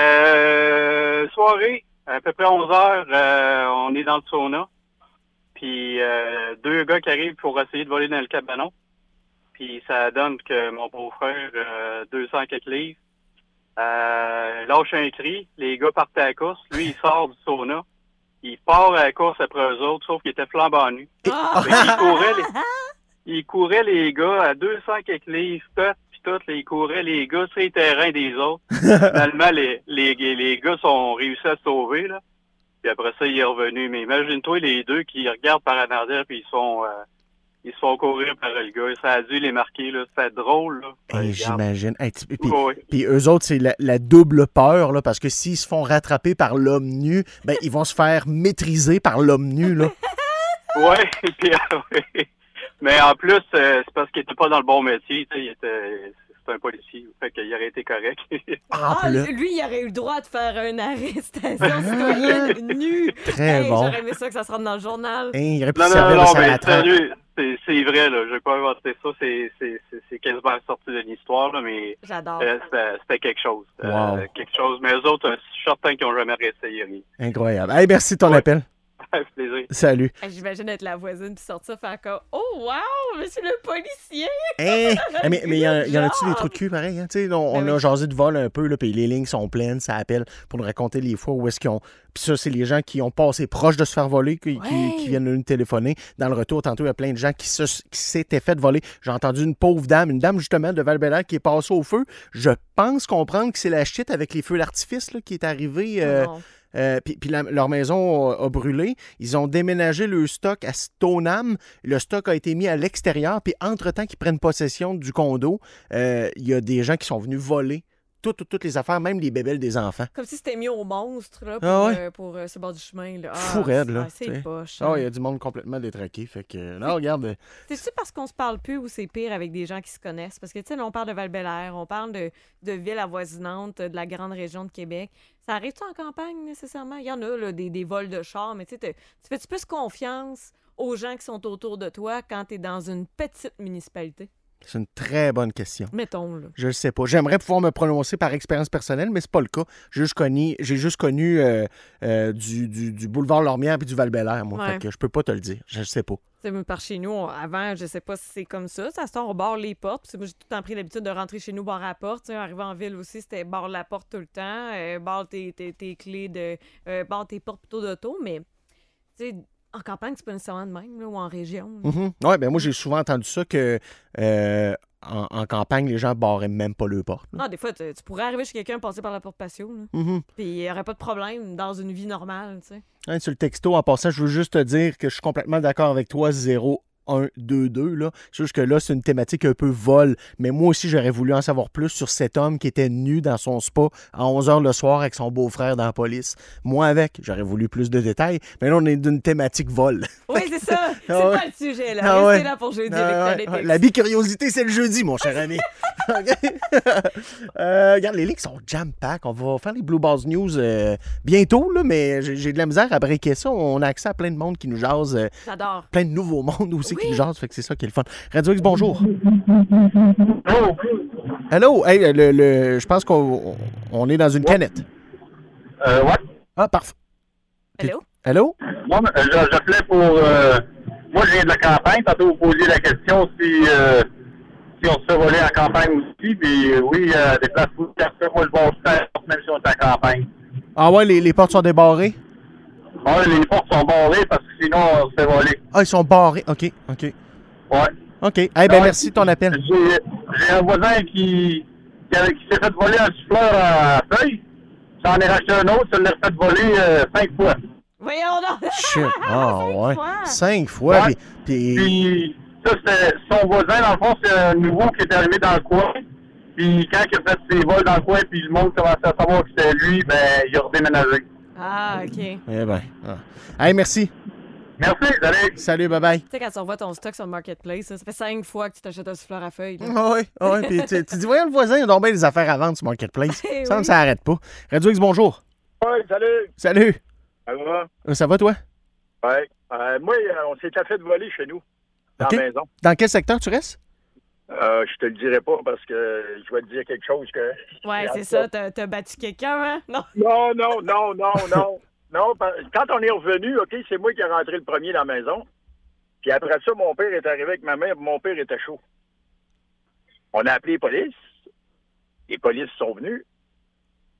Euh, soirée, à peu près 11 heures, euh, on est dans le sauna. Puis euh, deux gars qui arrivent pour essayer de voler dans le cabanon. Puis ça donne que mon beau-frère, euh, 200 quelques livres, euh, lâche un cri. Les gars partent à la course. Lui, il sort du sauna. Il part à la course après eux autres, sauf qu'il était flambant nu. Ah. Fait qu'il courait les- il courait les gars à 200 quelques livres, tout, puis tout, il courait les gars sur les terrains des autres. Finalement, les, les, les gars sont réussi à se sauver, là. Puis après ça, il est revenu. Mais imagine-toi les deux qui regardent par en arrière, puis ils sont, euh, ils se font courir par le gars. Ça a dû les marquer, là. C'était drôle, là. Eh, J'imagine. Eh, tu- puis, Oui. puis eux autres, c'est la, la double peur, là, parce que s'ils se font rattraper par l'homme nu, ben, ils vont se faire maîtriser par l'homme nu. Là. Ouais, puis, euh, oui. Mais en plus, euh, c'est parce qu'il était pas dans le bon métier, tu sais, il était, c'est un policier, fait qu'il aurait été correct. Ah, lui, il aurait eu le droit de faire un Ah! arrestation citoyenne nue. Eh, Très bon. J'aurais aimé ça que ça se rentre dans le journal. Hein, il aurait pu Non, non, servir non, de mais salatrape. sérieux, c'est c'est vrai, là. J'ai pas inventé ça. C'est- C'est c'est- c'est quasiment sorti de l'histoire, là, mais. J'adore. euh, c'était- C'était quelque chose. euh, Wow. quelque chose. Mais eux autres, euh, je suis certain qu'ils n'ont jamais réessayé rien. Incroyable. Eh, merci de ton appel. Avec plaisir. Salut. Eh, J'imagine être la voisine puis sortir faire comme Oh, wow, monsieur le policier! Hein? Eh, mais mais il y, en- il y en a-tu des trous de cul pareil? hein? Tu sais, On, on Ben a oui. jasé de vol un peu, là, puis les lignes sont pleines, ça appelle pour nous raconter les fois où est-ce qu'ils ont. Puis ça, c'est les gens qui ont passé proche de se faire voler, qui, qui- Ouais. qui viennent nous téléphoner. Dans le retour, tantôt, il y a plein de gens qui se- qui s'étaient fait voler. J'ai entendu une pauvre dame, une dame justement de val qui est passée au feu. Je pense comprendre que c'est la shit avec les feux d'artifice là, qui est arrivée. euh, non. euh, puis puis la- leur maison a, a brûlé. Ils ont déménagé le stock à Stoneham. Le stock a été mis à l'extérieur. Puis entre-temps qu'ils prennent possession du condo, euh, il y a des gens qui sont venus voler tout- tout- toutes les affaires, même les bébelles des enfants. Comme si c'était mis au monstre là, pour, Ah ouais. euh, pour, euh, ce bord du chemin. Là. Ah, Fou raide, là. ah, tu sais. C'est poche. Ah, hein. il y a du monde complètement détraqué. Fait que, euh, non, regarde. euh, C'est-tu parce qu'on se parle plus ou c'est pire avec des gens qui se connaissent? Parce que, tu sais, là, on parle de val on parle de, de villes avoisinantes, euh, de la grande région de Québec. Ça arrive-tu en campagne, nécessairement? Il y en a, là, des, des vols de chars, mais tu sais, t'es- tu fais-tu plus confiance aux gens qui sont autour de toi quand tu es dans une petite municipalité? C'est une très bonne question. Mettons, là. Je le sais pas. J'aimerais pouvoir me prononcer par expérience personnelle, mais c'est pas le cas. J'ai juste connu, j'ai juste connu euh, euh, du, du- du boulevard Lormière puis du val belair moi. Ouais. Fait que je peux pas te le dire. Je le sais pas. Tu sais, moi, par chez nous, on- avant, je sais pas si c'est comme ça. Ça sort, on barre les portes. Puis moi, j'ai tout le temps pris l'habitude de rentrer chez nous, barre la porte. Tu sais, arrivé en ville aussi, c'était barre la porte tout le temps. euh, barre tes, tes- tes clés de. euh, barre tes portes plutôt d'auto. Mais, tu sais, en campagne, c'est pas nécessairement de même, là, ou en région. Oui, ben moi j'ai souvent entendu ça que euh, en, en campagne, les gens barraient même pas le porte. Non, des fois, tu tu pourrais arriver chez quelqu'un, passer par la porte patio. là. Mhm. Puis il y aurait pas de problème dans une vie normale, tu sais. Hein, sur le texto, en passant, je veux juste te dire que je suis complètement d'accord avec toi, zéro. 1-2-2. là. C'est juste que là, c'est une thématique un peu vol. Mais moi aussi, j'aurais voulu en savoir plus sur cet homme qui était nu dans son spa à 11h le soir avec son beau-frère dans la police. Moi avec, j'aurais voulu plus de détails. Mais là, on est d'une thématique vol. Oui, c'est ça. C'est Ah ouais. pas le sujet, là. Ah Restez ouais. là pour jeudi Ah avec ouais, la ouais. Lépix. La bicuriosité, c'est le jeudi, mon cher ami. OK. Euh, regarde, les ligues sont jam-pack. On va faire les Blue Balls News euh, bientôt, là, mais j'ai j'ai de la misère à breaker ça. On a accès à plein de monde qui nous jase. euh, J'adore. Plein de nouveaux mondes aussi qui nous jasent. Fait que c'est ça qui est le fun. Radio X, bonjour. Hello. Hey, le- le- je pense qu'on on est dans une canette. Euh, ouais. Ah, parfait. Allô? Hello? Moi, euh, je- j'appelais pour. euh, moi, je viens de la campagne. Tantôt, vous posiez la question si, euh, si on se fait voler en campagne aussi. Puis euh, oui, euh, déplace-vous. Moi, je vais faire, même si on est en campagne. Ah ouais, les, les portes sont débarrées? Bon, les portes sont barrées parce que sinon, on se fait voler. Ah, ils sont barrés. OK, OK. Ouais. OK. Eh ben Ouais. merci de ton appel. J'ai j'ai un voisin qui, qui, a- qui s'est fait voler un souffleur à feuille. J'en ai racheté un autre. Je l'ai fait voler euh, cinq fois. Voyons donc. Shit. Ah, ouais. Cinq fois. Ouais. Puis, puis- Puis, ça, c'est son voisin, dans le fond, c'est un nouveau qui est arrivé dans le coin. Puis, quand il a fait ses vols dans le coin, puis le monde commençait à savoir que c'était lui, ben, il a redéménagé. Ah, OK. Tu Eh ben. ah. Hey, merci. Merci, salut. Salut, bye-bye. sais, quand tu revois ton stock sur le marketplace, là, ça fait cinq fois que tu t'achètes un souffleur à feuilles. là. Ah ouais, ah ouais. Puis tu, tu dis, voyons, le voisin, il a donc bien des affaires à vendre sur Marketplace. Eh Ça, oui. ça arrête pas. Radio X, bonjour. Ouais, salut. Salut. Ça va? Euh, Ça va, toi? Ouais. Euh, moi, euh, on s'était fait voler chez nous, dans OK. la maison. Dans quel secteur tu restes? Euh, je te le dirai pas parce que je vais te dire quelque chose que. Ouais, c'est ça. T'as t'as battu quelqu'un, hein? Non. Non, non, non, non, non. non, pa- quand on est revenu, OK, c'est moi qui ai rentré le premier dans la maison. Puis après ça, mon père est arrivé avec ma mère, puis mon père était chaud. On a appelé les polices. Les polices sont venus.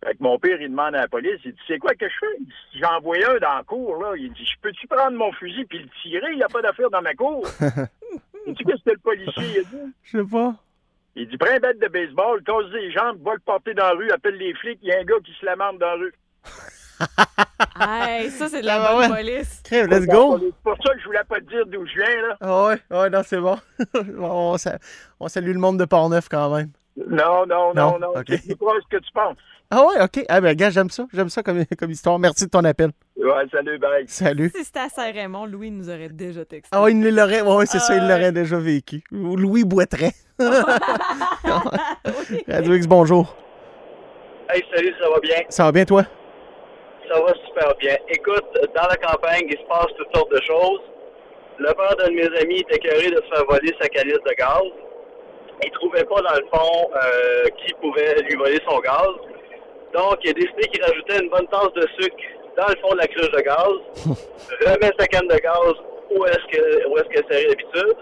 Fait que mon père, il demande à la police, il dit, c'est quoi que je fais? Il dit, J'en voyais un dans la cour, là. Il dit, je peux-tu prendre mon fusil puis le tirer? Il n'y a pas d'affaire dans ma cour. Il dit, que c'était le policier? Il a dit, Je sais pas. il dit, prends une bête de baseball, cause des jambes, va le porter dans la rue, appelle les flics, il y a un gars qui se lamente dans la rue. Hey, ça, c'est de Ah, la bonne police. Crème, let's go. C'est pour ça que je voulais pas te dire d'où je viens, là. Ah ouais, ah ouais, non, c'est bon. on, sa- on salue le monde de Portneuf quand même. Non, non, non, Non, non. ok. C'est plus proche que tu penses. Ah ouais, OK. Ah ben, gars, j'aime ça. J'aime ça comme, comme histoire. Merci de ton appel. Ouais, salut, bye. Salut. Si c'était à Saint-Raymond, Louis nous aurait déjà texté. Ah ouais, il l'aurait. Ouais, c'est Ah ça, il l'aurait déjà vécu. Ou Louis Boitret. Radio X, bonjour. Hey, salut, ça va bien? Ça va bien, toi? Ça va super bien. Écoute, dans la campagne, il se passe toutes sortes de choses. Le père d'un de mes amis était écœuré de se faire voler sa calice de gaz. Il trouvait pas, dans le fond, euh, qui pouvait lui voler son gaz. Donc, il a décidé qu'il rajoutait une bonne tasse de sucre dans le fond de la cruche de gaz, remet sa canne de gaz où est-ce que où est-ce que c'est d'habitude.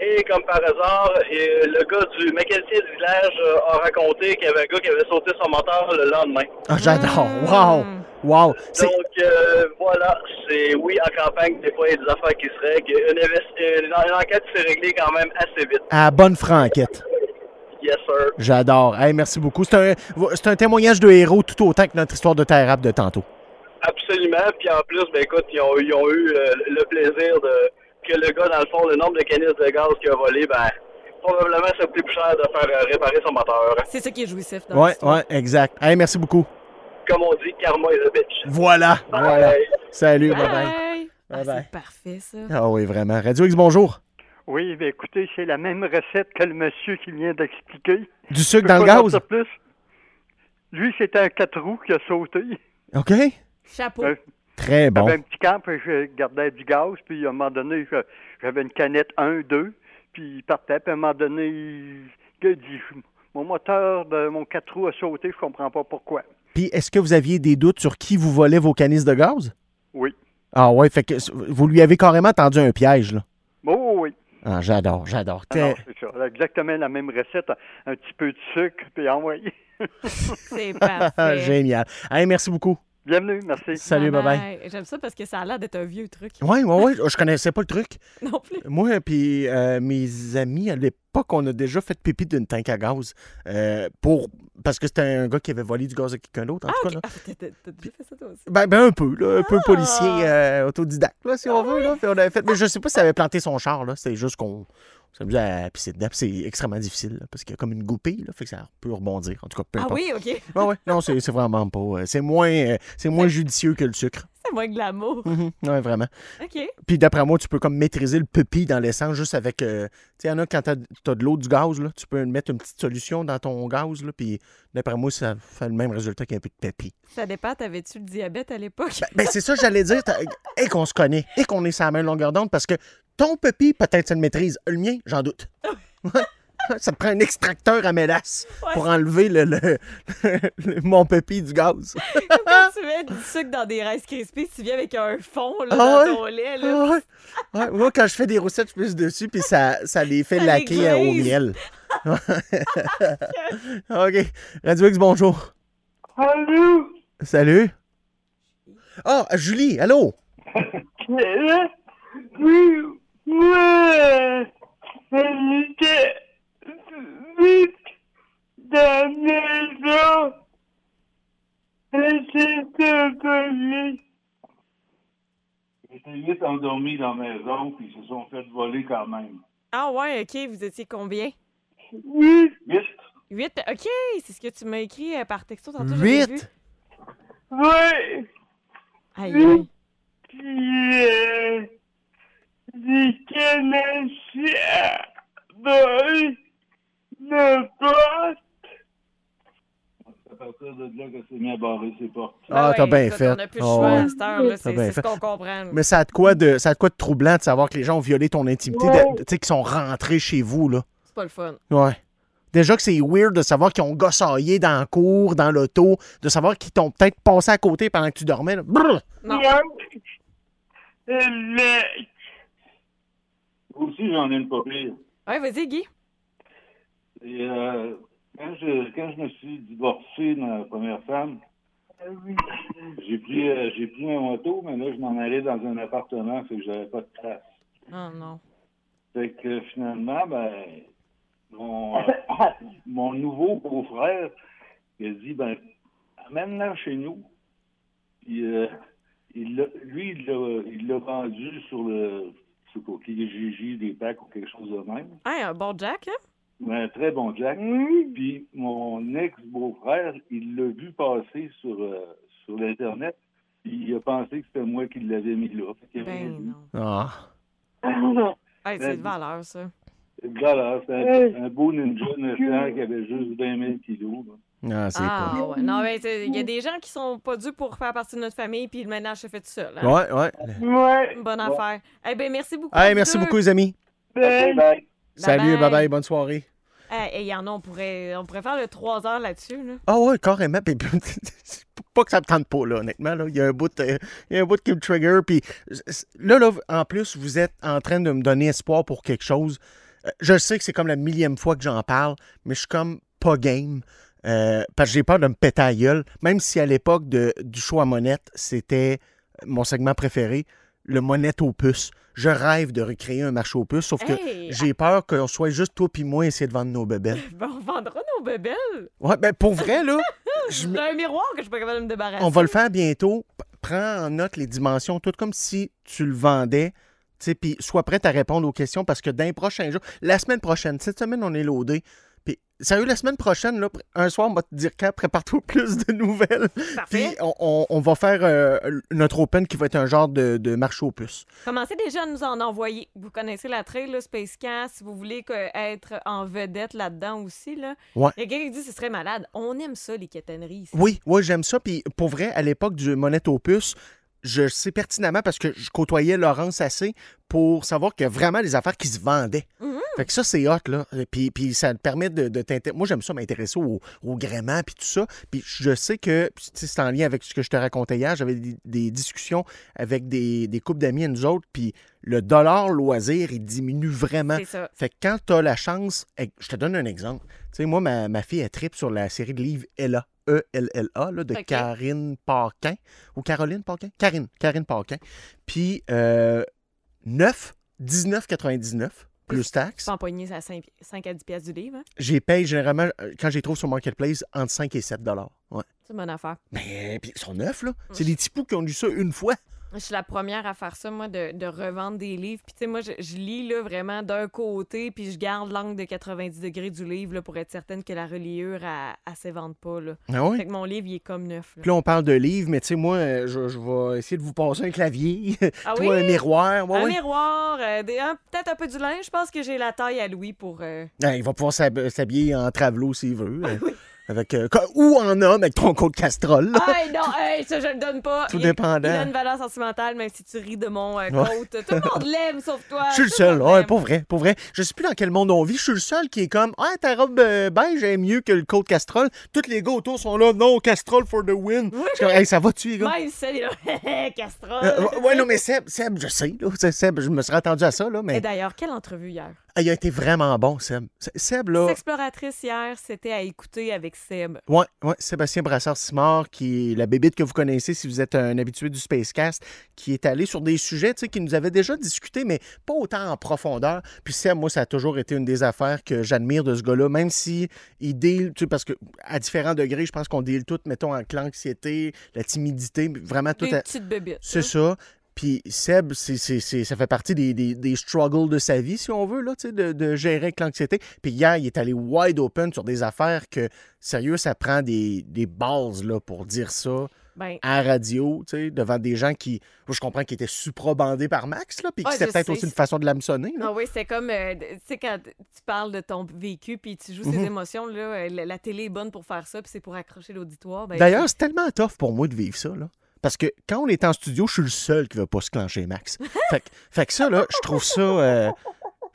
Et comme par hasard, euh, le gars du mécanicien du village euh, a raconté qu'il y avait un gars qui avait sauté son moteur le lendemain. Ah, j'adore. Mm. Hmm. Wow. Wow. C'est- Donc euh, voilà, c'est oui en campagne, des fois il y a des affaires qui se règlent. Une, investi- une- une enquête s'est réglée quand même assez vite. à bonne franquette. Yes sir. J'adore. Hey, merci beaucoup. C'est un, c'est un témoignage de héros tout autant que notre histoire de terre rap de tantôt. Absolument. Puis en plus, ben écoute, ils ont, ils ont eu euh, le plaisir de que le gars, dans le fond, le nombre de canisses de gaz qu'il a volé, ben probablement ça coûtait plus cher de faire euh, réparer son moteur. C'est ça qui est jouissif. Dans Ouais, ouais, exact. Hey, merci beaucoup. Comme on dit, karma is a bitch. Voilà. voilà. Salut, Bye. bye bye. Ah, c'est parfait, ça. Ah oui, vraiment. Radio X, bonjour. Oui, ben écoutez, c'est la même recette que le monsieur qui vient d'expliquer. Du Je sucre peux dans le pas gaz? sortir plus. Lui, c'était un quatre roues qui a sauté. OK? Chapeau. Très bon. J'avais un petit camp, puis je gardais du gaz, puis à un moment donné, je- j'avais une canette 1, 2, puis il partait, puis à un moment donné, il- il a dit Mon moteur de mon quatre roues a sauté, je comprends pas pourquoi. Puis, est-ce que vous aviez des doutes sur qui vous volait vos canisses de gaz? Oui. Ah ouais, fait que vous lui avez carrément tendu un piège, là. Oh, oui. Ah, j'adore, j'adore. Ah non, c'est ça. Exactement la même recette, un petit peu de sucre, puis envoyé. c'est Génial. Hey, merci beaucoup. Bienvenue, merci. Salut, bye-bye. Ouais, J'aime ça parce que ça a l'air d'être un vieux truc. Oui, oui, oui. Je connaissais pas le truc. Non plus. Moi, puis euh, mes amis, à l'époque, on a déjà fait pipi d'une tank à gaz. euh, pour... Parce que c'était un gars qui avait volé du gaz à quelqu'un d'autre, en tout cas. là. Ah, t'as- t'as t'as déjà fait ça toi aussi? Ben, ben, un peu, là, un peu Ah! policier euh, autodidacte, là, si on veut. Là. Puis on avait fait... Mais je sais pas si ça avait planté son char, là. C'est juste qu'on on s'amusait à pisser dedans. Puis c'est extrêmement difficile, là, parce qu'il y a comme une goupille, là, fait que ça peut rebondir. En tout cas, peu Ah importe. oui, OK. Ben ouais, non, c'est c'est vraiment pas. euh, C'est moins, euh, c'est moins judicieux que le sucre. C'est moins glamour. Mhm, ouais, vraiment. OK. Puis d'après moi, tu peux comme maîtriser le pupille dans l'essence juste avec. euh, tu sais, il y en a quand t'as as de l'eau, du gaz, là, tu peux mettre une petite solution dans ton gaz, là, puis d'après moi, ça fait le même résultat qu'un peu de pupille. Ça dépend, t'avais-tu le diabète à l'époque? Ben, c'est ça que j'allais dire. t'as- Et qu'on se connaît, et qu'on est sur la même longueur d'onde, parce que ton pupille, peut-être ça le maîtrise. Le mien, j'en doute. ça te prend un extracteur à mélasse pour enlever le, le- le- mon pupille du gaz. Comme Ah! quand tu mets du sucre dans des Rice Krispies, tu viens avec un fond là, Ah dans ouais? ton lait. Ah Là. ouais. Ouais, moi, quand je fais des recettes, je pisse dessus, puis ça, ça les fait Ça les laquer euh, au glaze. miel. OK. Radio X, bonjour. Allô? Salut. Ah, Julie, allô? Euh, Oui, moi, euh, j'étais vite dans la maison et j'étais volé. J'étais vite endormi dans la maison, puis ils se sont fait voler quand même. Ah ouais, OK, vous étiez combien? Oui. Vite. Huit. OK, c'est ce que tu m'as écrit euh, par texto tantôt. Huit? Oui. Aïe, Oui. Puis, euh, j'ai commencé à boire le pot. C'est à partir de là que c'est mis à barrer ses portes. Ah, t'as bien fait. Ben on a plus le Ah choix à ouais. cette heure, là, T'as c'est- bien c'est ce fait. qu'on comprend, là. Mais ça a de quoi de, ça a de, quoi de troublant de savoir que les gens ont violé ton intimité, de- Ouais. tu sais, qu'ils sont rentrés chez vous, là. c'est pas le fun. Ouais. Déjà que c'est weird de savoir qu'ils ont gossaillé dans la cour, dans l'auto, de savoir qu'ils t'ont peut-être passé à côté pendant que tu dormais. là. Brrr! Non. Moi aussi, j'en ai une pas pire. Ouais, vas-y, Guy. Et, euh, quand, je, quand je me suis divorcé de ma première femme, j'ai pris, euh, j'ai pris un auto, mais là, je m'en allais dans un appartement, fait que j'avais pas de place. Oh non. Fait que finalement, ben, mon, euh, mon nouveau beau-frère, il a dit, ben, amène-la chez nous. Puis, euh, il l'a- lui, il l'a- il l'a vendu sur le, je sais pas, KGJ, des packs ou quelque chose de même. Hey, un bon Jack, hein? Un très bon Jack. Puis mon ex-beau-frère, il l'a vu passer sur, euh, sur l'Internet. Puis il a pensé que c'était moi qui l'avais mis là. Fait qu'il Ben a rien dit. Ah. Hey, c'est de valeur, ça. Voilà, c'est un, un beau ninja national qui avait juste 20 000 kilos. là. Ah, c'est Ah, pas. ouais. Non, mais c'est- il y a des gens qui sont pas dus pour faire partie de notre famille, puis le ménage se fait tout seul. hein. Ouais, ouais. Ouais. Bonne Ouais. affaire. Eh bien, merci beaucoup. Hey, vous merci deux. beaucoup, les amis. ben, Bye. Salut, Bye-bye. bye-bye, bonne soirée. Eh, hey, y en a, on pourrait, on pourrait faire le 3 heures là-dessus. Là. Ah ouais, carrément. Puis, c'est pas que ça me tente pas, là, honnêtement. Là. Il, y a un bout, euh, il y a un bout qui me trigger. Puis là, là, en plus, vous êtes en train de me donner espoir pour quelque chose. Euh, Je sais que c'est comme la millième fois que j'en parle, mais je suis comme pas game. euh, parce que j'ai peur de me péter à la gueule. Même si à l'époque de- du show à Monette, c'était mon segment préféré, le Monette aux puces. Je rêve de recréer un marché aux puces, sauf Hey! que j'ai peur qu'on soit juste toi puis moi essayer de vendre nos bébelles. Ben, on vendra nos bébelles. Ouais, ben pour vrai, là. J'ai un miroir que je suis pas capable de me débarrasser. On va le faire bientôt. P- Prends en note les dimensions, tout comme si tu le vendais. Tu sais, Puis sois prête à répondre aux questions parce que dans les prochains jours, la semaine prochaine, cette semaine, on est loadé. Puis, sérieux, la semaine prochaine, là, pr- un soir, on va te dire quand, prépare-toi plus de nouvelles. Puis, on, on- on va faire euh, notre open qui va être un genre de, de marché aux puces. Commencez déjà à nous en envoyer. Vous connaissez la trail, là, Space Camp, si vous voulez que- être en vedette là-dedans aussi. Là. Ouais. Il y a quelqu'un qui dit que ce serait malade. On aime ça, les quétaineries. ici. Oui, oui, j'aime ça. Puis pour vrai, à l'époque du Monette aux puces, je sais pertinemment parce que je côtoyais Laurence assez pour savoir que vraiment les affaires qui se vendaient. Mhm. Fait que ça, c'est hot, là. Et Puis, puis ça te permet de, de t'intéresser. Moi, j'aime ça m'intéresser au, au gréement, puis tout ça. Puis je sais que, puis tu sais, c'est en lien avec ce que je te racontais hier, j'avais des, des discussions avec des, des couples d'amis et nous autres, puis le dollar loisir, il diminue vraiment. C'est ça. Fait que quand tu as la chance, eh, je te donne un exemple. Tu sais, moi, ma, ma fille, elle tripe sur la série de livres Ella, E E-L-L-A, là, de Ok. Karine Parquin. Ou Caroline Parquin? Karine, Karine Parquin. Puis euh, 9, 19,99 plus Tu taxes. peux empoigner à 5, à 10 piastres du livre. Hein? J'ai paye généralement, euh, quand je les trouve sur Marketplace, entre 5 et 7 dollars. Ouais. C'est une bonne affaire. Mais puis ils sont neufs, là. C'est des petits poux qui ont lu ça une fois. Je suis la première à faire ça, moi, de, de revendre des livres. Puis, tu sais, moi, je, je lis là, vraiment d'un côté, puis je garde l'angle de 90 degrés du livre là, pour être certaine que la reliure, elle ne s'évente pas. Là. Ah ouais? Fait que mon livre, il est comme neuf. là. Puis là, on parle de livres, mais tu sais, moi, euh, je, je vais essayer de vous passer un clavier, Ah toi, oui? un miroir. Ouais, un ouais. miroir, euh, des- un- peut-être un peu du linge. Je pense que j'ai la taille à Louis pour. euh, Ah, il va pouvoir s'hab- s'habiller en travelot s'il veut. euh, avec, euh, co- ou en homme avec ton code castrol. là. Ah, Hey, non, hey, ça, je le donne pas. Ah! Tout Il- dépendant. Il a une valeur sentimentale, même si tu ris de mon euh, Ouais. coat. Tout le monde l'aime, sauf toi. Je suis le Tout seul, monde ouais, l'aime. pour vrai, pour vrai. Je sais plus dans quel monde on vit. Je suis le seul qui est comme Ah, ta robe euh, beige est mieux que le code castrol. Tous les gars autour sont là, non, castrol for the win. Je suis comme, Hey, ça va-tu, les gars? Même celle là, Castrol. Euh, ouais, ouais, non, mais Seb, Seb, je sais, là, c'est Seb, je me serais attendu à ça, là, Et mais d'ailleurs, quelle entrevue hier? Ah, il a été vraiment bon, Seb. Se- Seb, Cette là, exploratrice hier, c'était à écouter avec euh, Seb. ouais, ouais, Sébastien Brassard-Simard, qui est la bébite que vous connaissez si vous êtes un habitué du Spacecast, qui est allé sur des sujets, tu sais, qu'il nous avait déjà discuté, mais pas autant en profondeur. Puis Seb, moi, ça a toujours été une des affaires que j'admire de ce gars-là, même si il deal, tu sais, parce que à différents degrés, je pense qu'on deal tout, mettons, avec l'anxiété, la timidité, vraiment tout Des à- petites bébites. Ah, C'est ça. Puis Seb, c'est, c'est- c'est- ça fait partie des, des- des struggles de sa vie, si on veut, là, tu sais, de, de gérer avec l'anxiété. Puis hier, il est allé wide open sur des affaires que, sérieux, ça prend des, des bases là, pour dire ça Ben. à la radio, tu sais, devant des gens qui, moi, je comprends, qui étaient suprabandés par Max, là, puis que Ouais, c'était je peut-être sais, aussi une c'est- façon de l'hameçonner. là. Ah oui, c'est comme, euh, tu sais, quand tu parles de ton vécu puis tu joues Mhm. ces émotions, là, euh, la, la télé est bonne pour faire ça puis c'est pour accrocher l'auditoire. Ben, D'ailleurs, c'est tellement tough pour moi de vivre ça, là. Parce que quand on est en studio, je suis le seul qui ne veut pas se clencher, Max. Fait, que- fait que ça, là, je trouve ça, euh,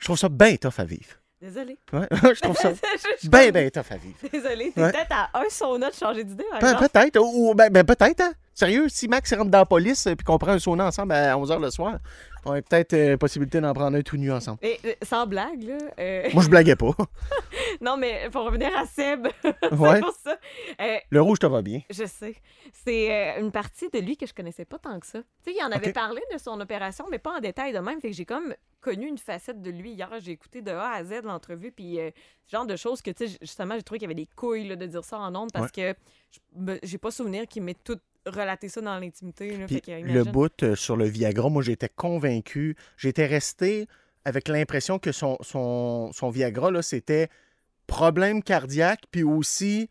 je trouve ça bien tough à vivre. Désolé. Ouais, je trouve ça Je- je- bien, bien tough à ben, vivre. Désolé, t'es Ouais. peut-être à un sauna de changer d'idée. par Pe- exemple. peut-être, ou, ou- ben, ben, peut-être, hein. Sérieux, si Max rentre dans la police et qu'on prend un sauna ensemble à 11h le soir, on a peut-être euh, possibilité d'en prendre un tout nu ensemble. Et euh, sans blague, là. euh, Moi, je blaguais pas. non, mais pour revenir à Seb, c'est Ouais. pour ça. Euh, Le rouge te va bien. Je sais. C'est euh, une partie de lui que je connaissais pas tant que ça. Tu sais, il en avait Ok. parlé de son opération, mais pas en détail de même. Fait que j'ai comme connu une facette de lui hier. J'ai écouté de A à Z l'entrevue, puis euh, ce genre de choses que, tu sais, j- justement, j'ai trouvé qu'il y avait des couilles là, de dire ça en ondes parce que je me- j'ai pas souvenir qu'il m'ait tout relaté ça dans l'intimité. là. Fait Puis que, le imagine. bout euh, sur le Viagra, moi, j'étais convaincu. J'étais resté avec l'impression que son, son, son Viagra, là, c'était problème cardiaque, puis aussi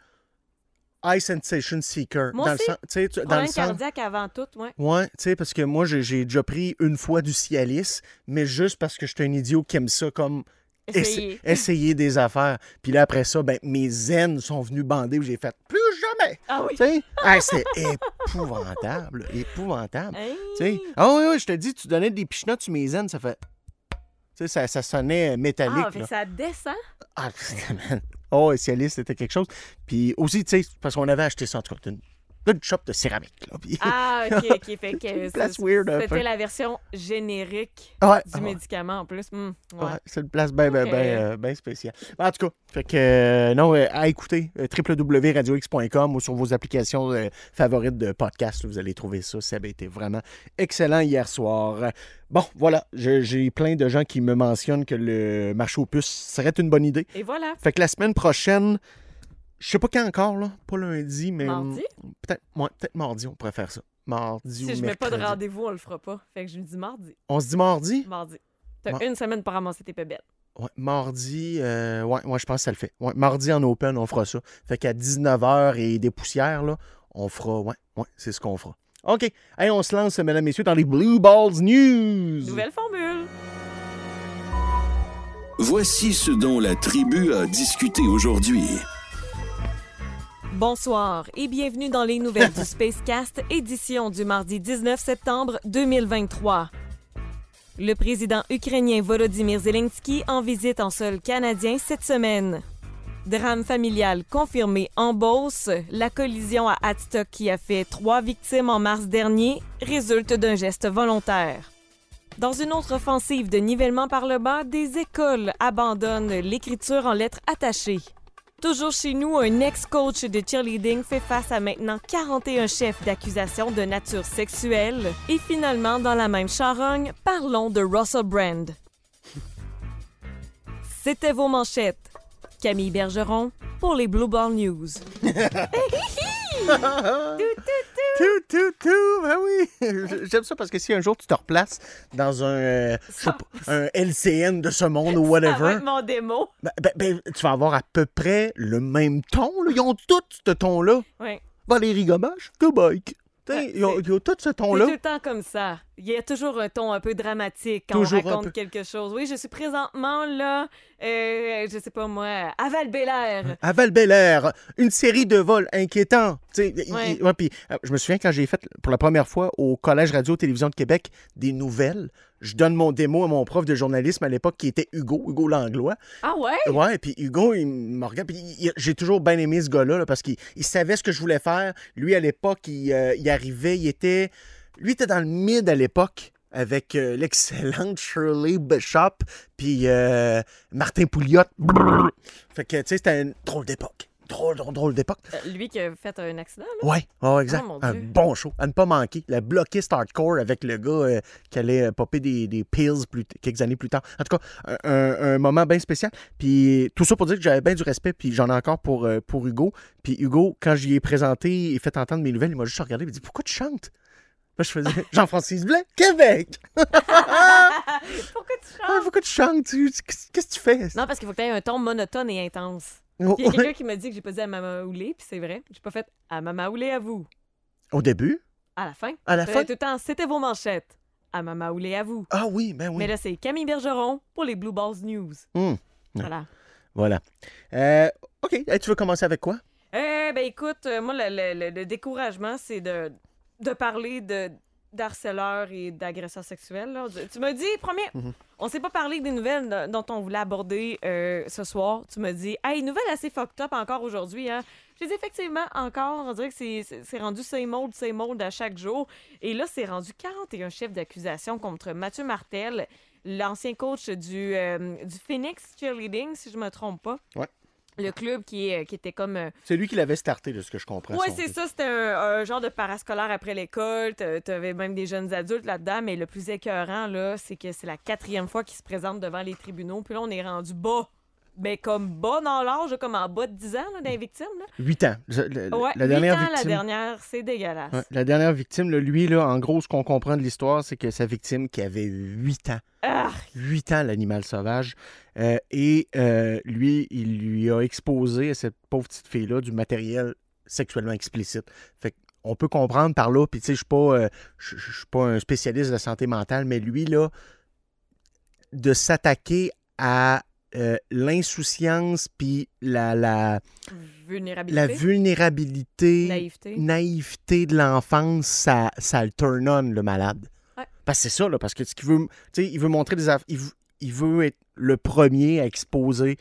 eye sensation seeker. Moi dans aussi, le sens, tu sais, tu- dans le problème sens, cardiaque avant tout, ouais. Ouais, tu sais, parce que moi, j'ai- j'ai déjà pris une fois du Cialis, mais juste parce que j'étais un idiot qui aime ça comme. essa- Essayer. essayer des affaires. Puis là, après ça, ben, mes zen sont venus bander où j'ai fait plus jamais. Ah oui. Tu sais? Ah, c'était épouvantable. Épouvantable. Hey. Tu sais? Ah oui, oui, je te dis, tu donnais des pichenottes sur mes zen, ça fait. Tu sais, ça, ça sonnait euh, métallique. Ah, fait là. que ça descend. Ah, man. Oh, et Cialis, c'était quelque chose. Puis aussi, tu sais, parce qu'on avait acheté ça, en tout cas, une, une shop de céramique. là, puis- Ah, ok, ok. Fait que euh, place c'est- weird, un peu. c'était la version générique Ouais. du Ah ouais. médicament en plus. Hmm, ouais. Ouais, c'est une place bien, bien, Ok. spéciale. Ben, en tout cas, fait que, euh, non, euh, à écouter, euh, www.radiox.com ou sur vos applications euh, favorites de podcast, là, vous allez trouver ça. Ça a été vraiment excellent hier soir. Bon, voilà, je- j'ai plein de gens qui me mentionnent que le marché aux puces serait une bonne idée. Et voilà. Fait que la semaine prochaine, je sais pas quand encore, là, pas lundi, mais. Mardi? hum, Peut-être ouais, peut-être mardi, on pourrait faire ça. Mardi ou Si je mets pas de mercredi. rendez-vous, on le fera pas. Fait que je me dis mardi. On se dit mardi? Mardi. T'as Mar- une semaine pour ramasser tes pebelles. Ouais, mardi, euh, ouais, ouais, je pense que ça le fait. Ouais, mardi en open, on fera ça. Fait qu'à 19h et des poussières, là, on fera, ouais, ouais, c'est ce qu'on fera. OK. Hey, on se lance, mesdames, messieurs, dans les Blue Balls News. Nouvelle formule. Voici ce dont la tribu a discuté aujourd'hui. Bonsoir et bienvenue dans les nouvelles du Spacecast, édition du mardi 19 septembre 2023. Le président ukrainien Volodymyr Zelensky en visite en sol canadien cette semaine. Drame familial confirmé en Beauce, la collision à Adstock qui a fait trois victimes en mars dernier résulte d'un geste volontaire. Dans une autre offensive de nivellement par le bas, des écoles abandonnent l'écriture en lettres attachées. Toujours chez nous, un ex-coach de cheerleading fait face à maintenant 41 chefs d'accusation de nature sexuelle. Et finalement, dans la même charogne, parlons de Russell Brand. C'était vos manchettes. Camille Bergeron pour les Blue Ball News. Ah, Tout, tout, tout, ben oui. J'aime ça parce que si un jour tu te replaces dans un, euh, je sais pas, un LCN de ce monde ou Ah. Ça va whatever, être mon démo. ben, ben, ben, tu vas avoir à peu près le même ton. là. Ils ont tous ce ton-là. Ouais. Valérie Gommage, que bike. T'sais, Ils ont, ils ont tous ce C'est ton-là. tout le temps comme ça. Il y a toujours un ton un peu dramatique quand Toujours un on raconte peu. quelque chose. Oui, je suis présentement là, euh, je sais pas moi, à Val-Bélair. À val une série de vols inquiétants. Tu sais, il- Ouais. il- ouais, puis, euh, je me souviens quand j'ai fait pour la première fois au Collège Radio-Télévision de Québec des nouvelles. Je donne mon démo à mon prof de journalisme à l'époque qui était Hugo, Hugo Langlois. Ah ouais? Ouais, puis Hugo, il me regarde. Puis il- il- j'ai toujours bien aimé ce gars-là là, parce qu'il il savait ce que je voulais faire. Lui, à l'époque, il, euh, il arrivait, il était. Lui, il était dans le mid à l'époque avec euh, l'excellente Shirley Bishop puis euh, Martin Pouliot. Brrr. Fait que, tu sais, c'était une drôle d'époque. Drôle, drôle, drôle d'époque. Euh, lui qui a fait un accident, là? Ouais, ouais, exact. Ah, mon un Dieu. bon show, à ne pas manquer. La blockiste hardcore avec le gars euh, qui allait euh, popper des, des pills plus t- quelques années plus tard. En tout cas, un, un- un moment bien spécial. Puis tout ça pour dire que j'avais bien du respect, puis j'en ai encore pour, euh, pour Hugo. Puis Hugo, quand je lui ai présenté et fait entendre mes nouvelles, il m'a juste regardé et m'a dit Pourquoi tu chantes Là, je faisais Jean-Francis Blais, Québec Pourquoi tu chantes? Ah, Pourquoi tu chantes Tu- tu- Qu'est-ce que tu fais Non, parce qu'il faut que tu aies un ton monotone et intense. Oh, Puis Il y a quelqu'un ouais. qui m'a dit que j'ai pas dit à Mama Oulé, puis c'est vrai. J'ai pas fait à Mama Oulé à vous. Au début À la fin. À la Ça fin? fait Tout le temps, c'était vos manchettes. À Mama Oulé à vous. Ah oui, ben oui. Mais là, c'est Camille Bergeron pour les Blue Balls News. Hum. Voilà. Voilà. Euh, OK. Hey, tu veux commencer avec quoi Eh ben écoute, euh, moi, le, le- le- le découragement, c'est de, de parler de d'harceleurs et d'agresseurs sexuels. là. Tu- Tu me dis, premier, Mhm. on s'est pas parlé des nouvelles do- dont on voulait aborder euh, ce soir. Tu me dis, hey, nouvelle assez fucked up encore aujourd'hui. Hein? Je dis effectivement encore, on dirait que c'est- c'est c'est rendu same old, same old à chaque jour. Et là, c'est rendu 41 chefs d'accusation contre Mathieu Martel, l'ancien coach du, euh, du Phoenix Cheerleading, si je me trompe pas. Ouais. Le club qui, est- qui était comme euh, C'est lui qui l'avait starté, de ce que je comprends. oui, son- c'est ça. C'était un, un genre de parascolaire après l'école. T'a- T'avais même des jeunes adultes là-dedans. Mais le plus écœurant, là, c'est que c'est la quatrième fois qu'ils se présentent devant les tribunaux. Puis là, on est rendu bas. Mais comme bas dans l'âge, comme en bas de 10 ans, là, dans les victimes. Là. 8 ans. Le- le- Ouais, la dernière huit ans, victime. la dernière, c'est dégueulasse. Ouais, la dernière victime, là, lui, là, en gros, ce qu'on comprend de l'histoire, c'est que sa victime qui avait 8 ans. Ah! 8 ans, l'animal sauvage. euh, et euh, lui, il lui a exposé à cette pauvre petite fille-là du matériel sexuellement explicite. Fait on peut comprendre par là, puis tu sais, je suis pas, euh, je je- je suis pas un spécialiste de la santé mentale, mais lui, là, de s'attaquer à euh, l'insouciance puis la, la, Vulnérabilité. la vulnérabilité, Naïveté. naïveté de l'enfance, ça, ça le turn on, le malade. Ouais. Parce que c'est ça, là, parce que ce qu'il veut, tu sais, il veut montrer des affaires, il, veut- il veut être le premier à exposer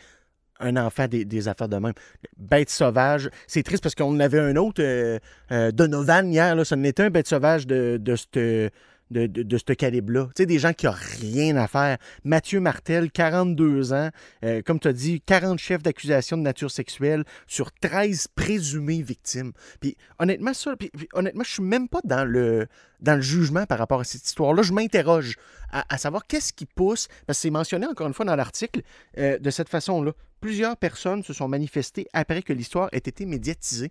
un enfant des, des affaires de même. Bête sauvage, c'est triste parce qu'on en avait un autre, euh, euh, Donovan, hier, là, ça n'était un bête sauvage de, de cette... De, de, de ce calibre-là. Tu sais, des gens qui n'ont rien à faire. Mathieu Martel, 42 ans, euh, comme tu as dit, 40 chefs d'accusation de nature sexuelle sur 13 présumées victimes. Puis honnêtement, ça, puis- puis honnêtement, je suis même pas dans le, dans le jugement par rapport à cette histoire-là. Je m'interroge à, à savoir qu'est-ce qui pousse, parce que c'est mentionné encore une fois dans l'article euh, de cette façon-là. Plusieurs personnes se sont manifestées après que l'histoire ait été médiatisée.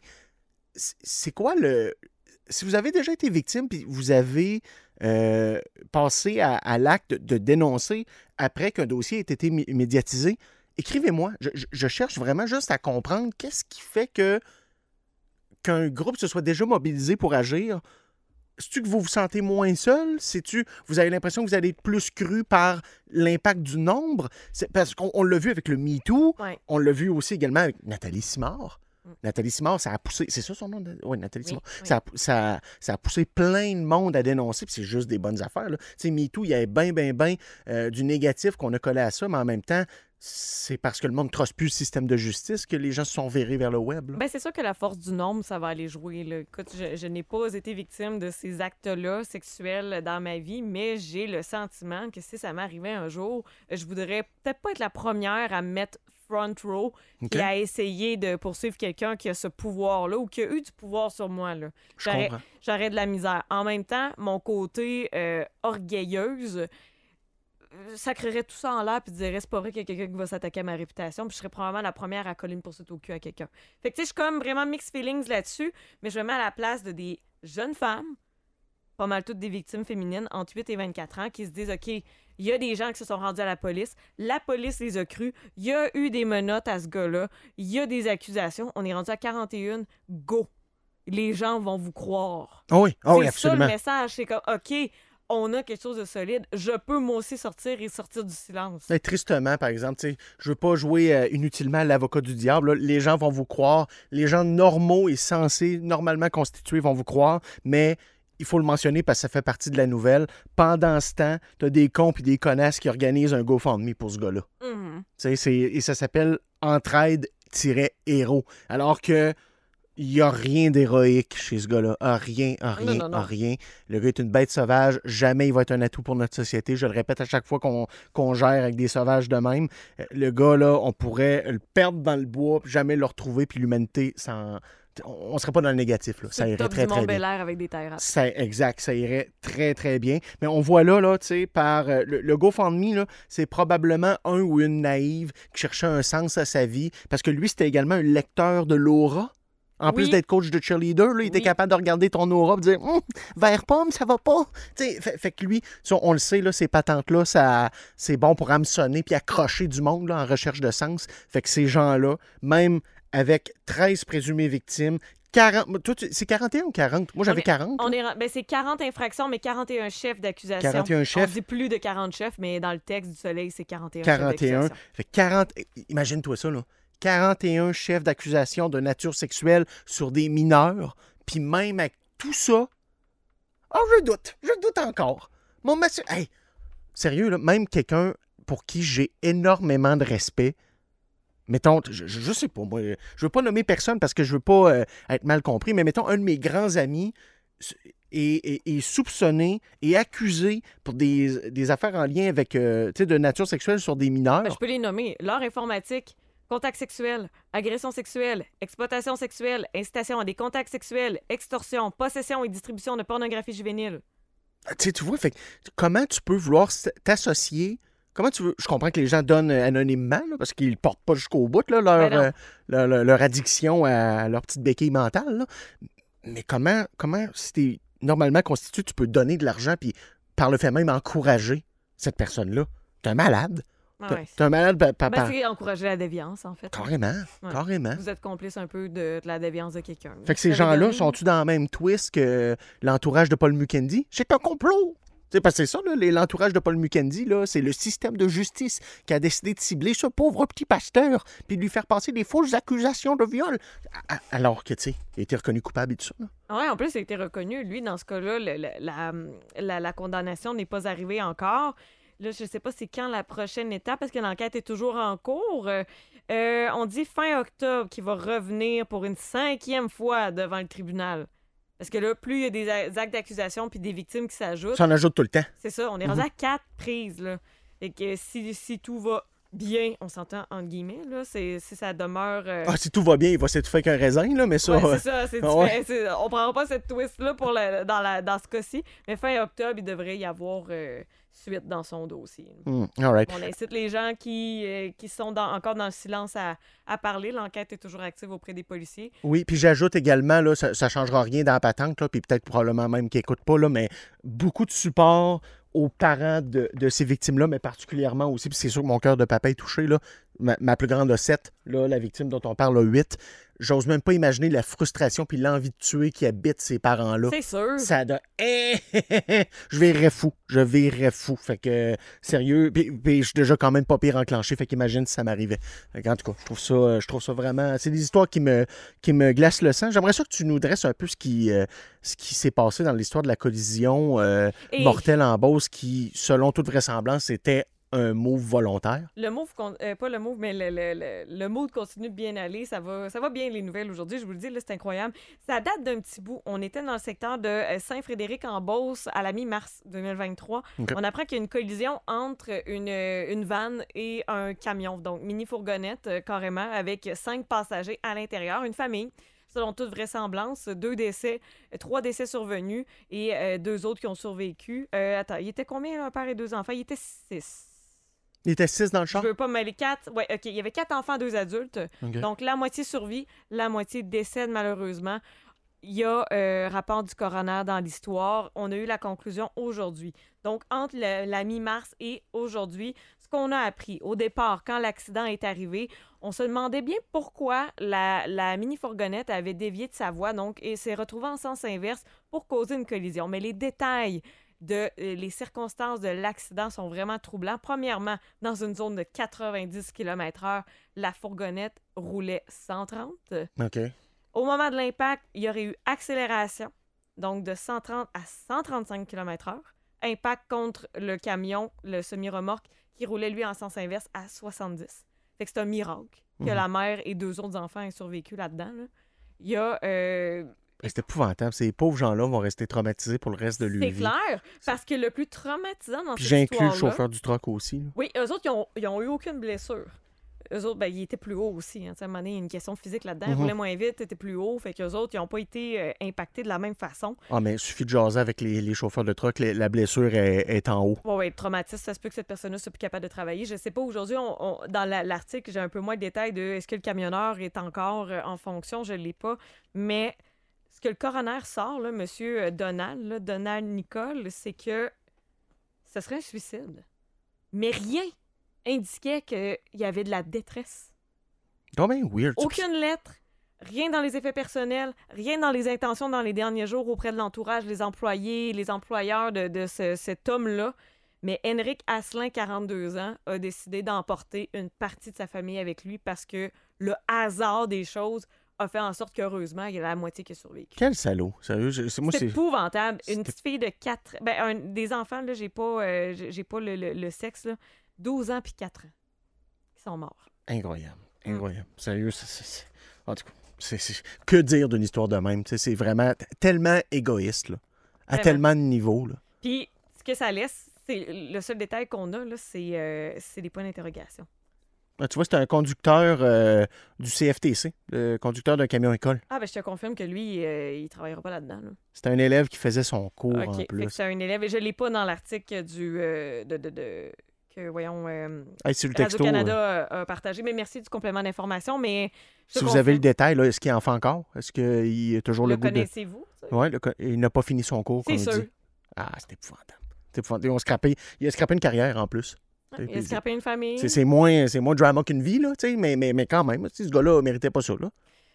C- C'est quoi le. Si vous avez déjà été victime, puis vous avez euh, passé à, à l'acte de dénoncer après qu'un dossier ait été mé- médiatisé, écrivez-moi. Je, je- je cherche vraiment juste à comprendre qu'est-ce qui fait que qu'un groupe se soit déjà mobilisé pour agir, c'est-tu que vous vous sentez moins seul? C'est-tu, vous avez l'impression que vous allez être plus cru par l'impact du nombre? C'est parce qu'on on l'a vu avec le MeToo, Ouais. Mm. on l'a vu aussi également avec Nathalie Simard. Nathalie Simard, ça a poussé, c'est ça son nom? Oui, Nathalie Oui, Simard. oui. Ça, a, ça a- ça a poussé plein de monde à dénoncer, puis c'est euh, juste des bonnes affaires. Là. Tu sais, MeToo, il y avait bien, bien, bien du négatif qu'on a collé à ça, mais en même temps, c'est parce que le monde ne trosse plus le système de justice que les gens se sont virés vers le web. là. Ben, c'est sûr que la force du nombre, ça va aller jouer. là. Écoute, je, je n'ai pas été victime de ces actes-là sexuels dans ma vie, mais j'ai le sentiment que si ça m'arrivait un jour, je voudrais peut-être pas être la première à me mettre front row OK. et à essayer de poursuivre quelqu'un qui a ce pouvoir-là ou qui a eu du pouvoir sur moi. Là. Je J'aurais- comprends. J'aurais de la misère. En même temps, mon côté euh, orgueilleuse euh, sacrerait tout ça en l'air puis dirait c'est pas vrai qu'il y a quelqu'un qui va s'attaquer à ma réputation puis je serais probablement la première à coller une poursuite au cul à quelqu'un. Fait que tu sais, je suis comme vraiment mixed feelings là-dessus, mais je me mets à la place de des jeunes femmes, pas mal toutes des victimes féminines entre 8 et 24 ans, qui se disent OK, il y a des gens qui se sont rendus à la police, la police les a crus, il y a eu des menottes à ce gars-là, il y a des accusations, on est rendu à 41, go! Les gens vont vous croire. Ah oui, ah C'est oui, ça, absolument. le message, c'est comme, OK, on a quelque chose de solide. Je peux moi aussi sortir et sortir du silence. Mais tristement, par exemple, tu sais, je veux pas jouer euh, inutilement l'avocat du diable. là. Les gens vont vous croire. Les gens normaux et censés, normalement constitués, vont vous croire. Mais il faut le mentionner parce que ça fait partie de la nouvelle. Pendant ce temps, tu as des cons et des connasses qui organisent un GoFundMe pour ce gars-là. Mhm. Tu sais, c'est- et ça s'appelle entraide-héros. Alors que il n'y a rien d'héroïque chez ce gars-là. Ah, rien, ah, Non, rien, non, non. ah, rien. Le gars est une bête sauvage. Jamais il va être un atout pour notre société. Je le répète à chaque fois qu'on qu'on gère avec des sauvages de même. Euh, Le gars, là, on pourrait le perdre dans le bois, puis jamais le retrouver, puis l'humanité, sans... on ne serait pas dans le négatif. Là. Ça Le irait top très, du ben, Mont très bien. Bel Air avec des terres. Ça- exact, ça irait très, très bien. Mais on voit là, là tu sais, par euh, le, le GoFundMe, là, c'est probablement un ou une naïve qui cherchait un sens à sa vie parce que lui, c'était également un lecteur de l'aura. En plus Oui. d'être coach de cheerleader, là, il était capable de regarder ton aura et dire Hum, vert pomme, ça va pas. Tu sais, Fait, fait que lui, ça, on le sait, là, ces patentes-là, ça, c'est bon pour hameçonner puis accrocher du monde là, en recherche de sens. Fait que ces gens-là, même avec 13 présumées victimes, 40, toi, tu- c'est 41 ou 40 Moi, j'avais On est- 40. On est, ben, c'est 40 infractions, mais 41 chefs d'accusation. 41 chefs. On dit plus de 40 chefs, mais dans le texte du Soleil, c'est 41. chefs 41. d'accusation. Fait que 40 imagine-toi ça, là. 41 chefs d'accusation de nature sexuelle sur des mineurs. Puis même avec tout ça, oh, je doute, je doute encore. Mon monsieur, hey, sérieux, là, même quelqu'un pour qui j'ai énormément de respect, mettons, je, je- je sais pas, moi, je veux pas nommer personne parce que je veux pas euh, être mal compris, mais mettons, un de mes grands amis s- est, est- est soupçonné et accusé pour des, des affaires en lien avec, euh, tu sais, de nature sexuelle sur des mineurs. Ben, je peux les nommer. L'art informatique, contact sexuel, agression sexuelle, exploitation sexuelle, incitation à des contacts sexuels, extorsion, possession et distribution de pornographie juvénile. Ah, Tu sais, tu vois, fait que comment tu peux vouloir s- t'associer? Comment tu veux. Je comprends que les gens donnent euh, anonymement, là, parce qu'ils portent pas jusqu'au bout là, Ben leur, non. euh, leur, leur- leur addiction à leur petite béquille mentale. là. Mais comment, comment si t'es normalement constitué, tu peux donner de l'argent puis par le fait même encourager cette personne-là? T'es un malade. Ah T'es ouais. t'es un malade pa- pa- Ben, par- c'est encourager la déviance, en fait. Carrément, carrément. Vous êtes complice un peu de, de la déviance de quelqu'un. Hein? Fait que ces Ça veut gens-là, dire- sont-tu dans le même twist que l'entourage de Paul Mukendi? C'est un complot! C'est parce que c'est ça, là, les- l'entourage de Paul Mukendi, là, c'est le système de justice qui a décidé de cibler ce pauvre petit pasteur puis de lui faire passer des fausses accusations de viol. A- a- Alors que, tu sais, il a été reconnu coupable et tout ça. là. Ouais, en plus, il a été reconnu. Lui, dans ce cas-là, le- le- la, la- la condamnation n'est pas arrivée encore. Là, je ne sais pas c'est quand la prochaine étape, parce que l'enquête est toujours en cours. Euh, euh, on dit fin octobre qu'il va revenir pour une cinquième fois devant le tribunal. Parce que là, plus il y a des a- des actes d'accusation puis des victimes qui s'ajoutent. Ça Mhm. en ajoute tout le temps. C'est ça, on est rendu à quatre prises. Là. Fait que si, si tout va bien, on s'entend entre guillemets, là, c'est, si ça demeure. euh, Ah, si tout va bien, il va s'étouffer avec un raisin, là, mais ça... Ouais, euh, c'est ça, c'est ah ouais. différent. C'est- On prendra pas cette twist-là pour le- dans, la- dans ce cas-ci, mais fin octobre, il devrait y avoir euh, suite dans son dossier. Hmm, all right. On incite les gens qui, euh, qui sont dans- encore dans le silence à, à parler. L'enquête est toujours active auprès des policiers. Oui, puis j'ajoute également, là, ça ne changera rien dans la patente, là, puis peut-être probablement même qu'ils n'écoutent pas, là, mais beaucoup de support aux parents de, de ces victimes-là, mais particulièrement aussi, puis c'est sûr que mon cœur de papa est touché, là, ma, ma plus grande a 7, là, la victime dont on parle a 8. J'ose même pas imaginer la frustration puis l'envie de tuer qui habite ces parents-là. C'est sûr. Ça donne... je verrais fou, je verrais fou. Fait que, euh, sérieux, puis, puis je suis déjà quand même pas pire enclenché, fait qu'imagine si ça m'arrivait. Fait que, En tout cas, je trouve ça, euh, je trouve ça vraiment... C'est des histoires qui me, qui me glacent le sang. J'aimerais ça que tu nous dresses un peu ce qui, euh, ce qui s'est passé dans l'histoire de la collision euh, Et- mortelle en Beauce qui, selon toute vraisemblance, était un move volontaire. Le move, con- euh, pas le move, mais le, le, le, le mood continue de bien aller. Ça va, ça va bien les nouvelles aujourd'hui. Je vous le dis, là, c'est incroyable. Ça date d'un petit bout. On était dans le secteur de euh, Saint-Frédéric en Beauce à la mi-mars 2023. OK. On apprend qu'il y a une collision entre une, euh, une vanne et un camion, donc mini-fourgonnette euh, carrément, avec cinq passagers à l'intérieur, une famille. Selon toute vraisemblance, deux décès, euh, trois décès survenus et euh, deux autres qui ont survécu. Euh, attends, il était combien, un père et deux enfants? Il était six. Il était six dans le champ. Je veux pas me mêler quatre. Ouais, OK. Il y avait quatre enfants, deux adultes. OK. Donc, la moitié survit, la moitié décède malheureusement. Il y a euh, rapport du coroner dans l'histoire. On a eu la conclusion aujourd'hui. Donc, entre le- la mi-mars et aujourd'hui, ce qu'on a appris au départ, quand l'accident est arrivé, on se demandait bien pourquoi la, la mini-fourgonnette avait dévié de sa voie donc, et s'est retrouvée en sens inverse pour causer une collision. Mais les détails de euh, les circonstances de l'accident sont vraiment troublants. Premièrement, dans une zone de 90 km/h, la fourgonnette roulait 130. OK. Au moment de l'impact, il y aurait eu accélération, donc de 130 à 135 km/h. Impact contre le camion, le semi-remorque, qui roulait lui en sens inverse à 70. Fait que c'est un miracle que Mhm. la mère et deux autres enfants aient survécu là-dedans. là. Il y a euh, C'est épouvantable. Ces pauvres gens-là vont rester traumatisés pour le reste de leur C'est vie. clair, parce que le plus traumatisant dans Puis cette j'inclus histoire le chauffeur du truck aussi. là. Oui, eux autres, ils ont, ils ont eu aucune blessure. Eux autres, ben, ils étaient plus hauts aussi. Hein. Tu sais, À un moment donné, il y a une question physique là-dedans. Ils Mhm. roulaient moins vite, étaient plus hauts. Fait qu'eux autres, ils n'ont pas été euh, impactés de la même façon. Ah, mais il suffit de jaser avec les, les chauffeurs de truck. les- la blessure est, est en haut. Bon, ouais, traumatisme, ça se peut que cette personne-là soit plus capable de travailler. Je sais pas, aujourd'hui, on- on- dans la- l'article, j'ai un peu moins de détails de est-ce que le camionneur est encore euh, en fonction, je l'ai pas. Mais ce que le coroner sort, là, monsieur euh, Donald, là, Donald Nicole, c'est que ce serait un suicide. Mais rien indiquait qu'il y avait de la détresse. Quand même weird. ça. Aucune lettre, rien dans les effets personnels, rien dans les intentions dans les derniers jours auprès de l'entourage, les employés, les employeurs de, de ce- cet homme-là. Mais Henrik Asselin, 42 ans, a décidé d'emporter une partie de sa famille avec lui parce que le hasard des choses a fait en sorte qu'heureusement, il y a la moitié qui a survécu. Quel salaud. Sérieux, je- c'est moi, C'est c'est. épouvantable. Une petite fille de 4 ben, un- des enfants, là, j'ai pas, euh, j'ai j'ai pas le, le- le sexe, là. 12 ans puis 4 ans qui sont morts. Incroyable. Hmm. Incroyable. Sérieux, c'est- c'est. c'est- En tout cas, c'est- c'est- que dire d'une histoire de même? Tu sais, C'est vraiment t- tellement égoïste, là. à Vraiment. tellement de niveaux. là. Puis, ce que ça laisse, c'est le seul détail qu'on a, là, c'est euh, c'est des points d'interrogation. Ah, Tu vois, c'est un conducteur euh, du CFTC, le conducteur d'un camion école. Ah, ben, je te confirme que lui, euh, il travaillera pas là-dedans. là. C'est un élève qui faisait son cours OK. en Fait que plus. c'est un élève. Et je l'ai pas dans l'article du. euh, de, de- de- que, voyons. euh, Hey, sur le texto, euh, Radio-Canada a- a partagé. Mais merci du complément d'information. Mais. je te Si vous avez le confirme- détail, là, est-ce qu'il en fait encore? Est-ce qu'il a toujours le, Le goût de... connaissez-vous, Oui, il n'a pas fini son cours, comme C'est on sûr. dit. Ah, c'était épouvantable. C'est épouvantable. Ils ont scrappé- Il a scrappé une carrière en plus. Il a scrapé une famille. C'est c'est moins, c'est moins drama qu'une vie, là, tu sais, mais, mais, mais quand même, tu sais, ce gars-là méritait pas ça. Là.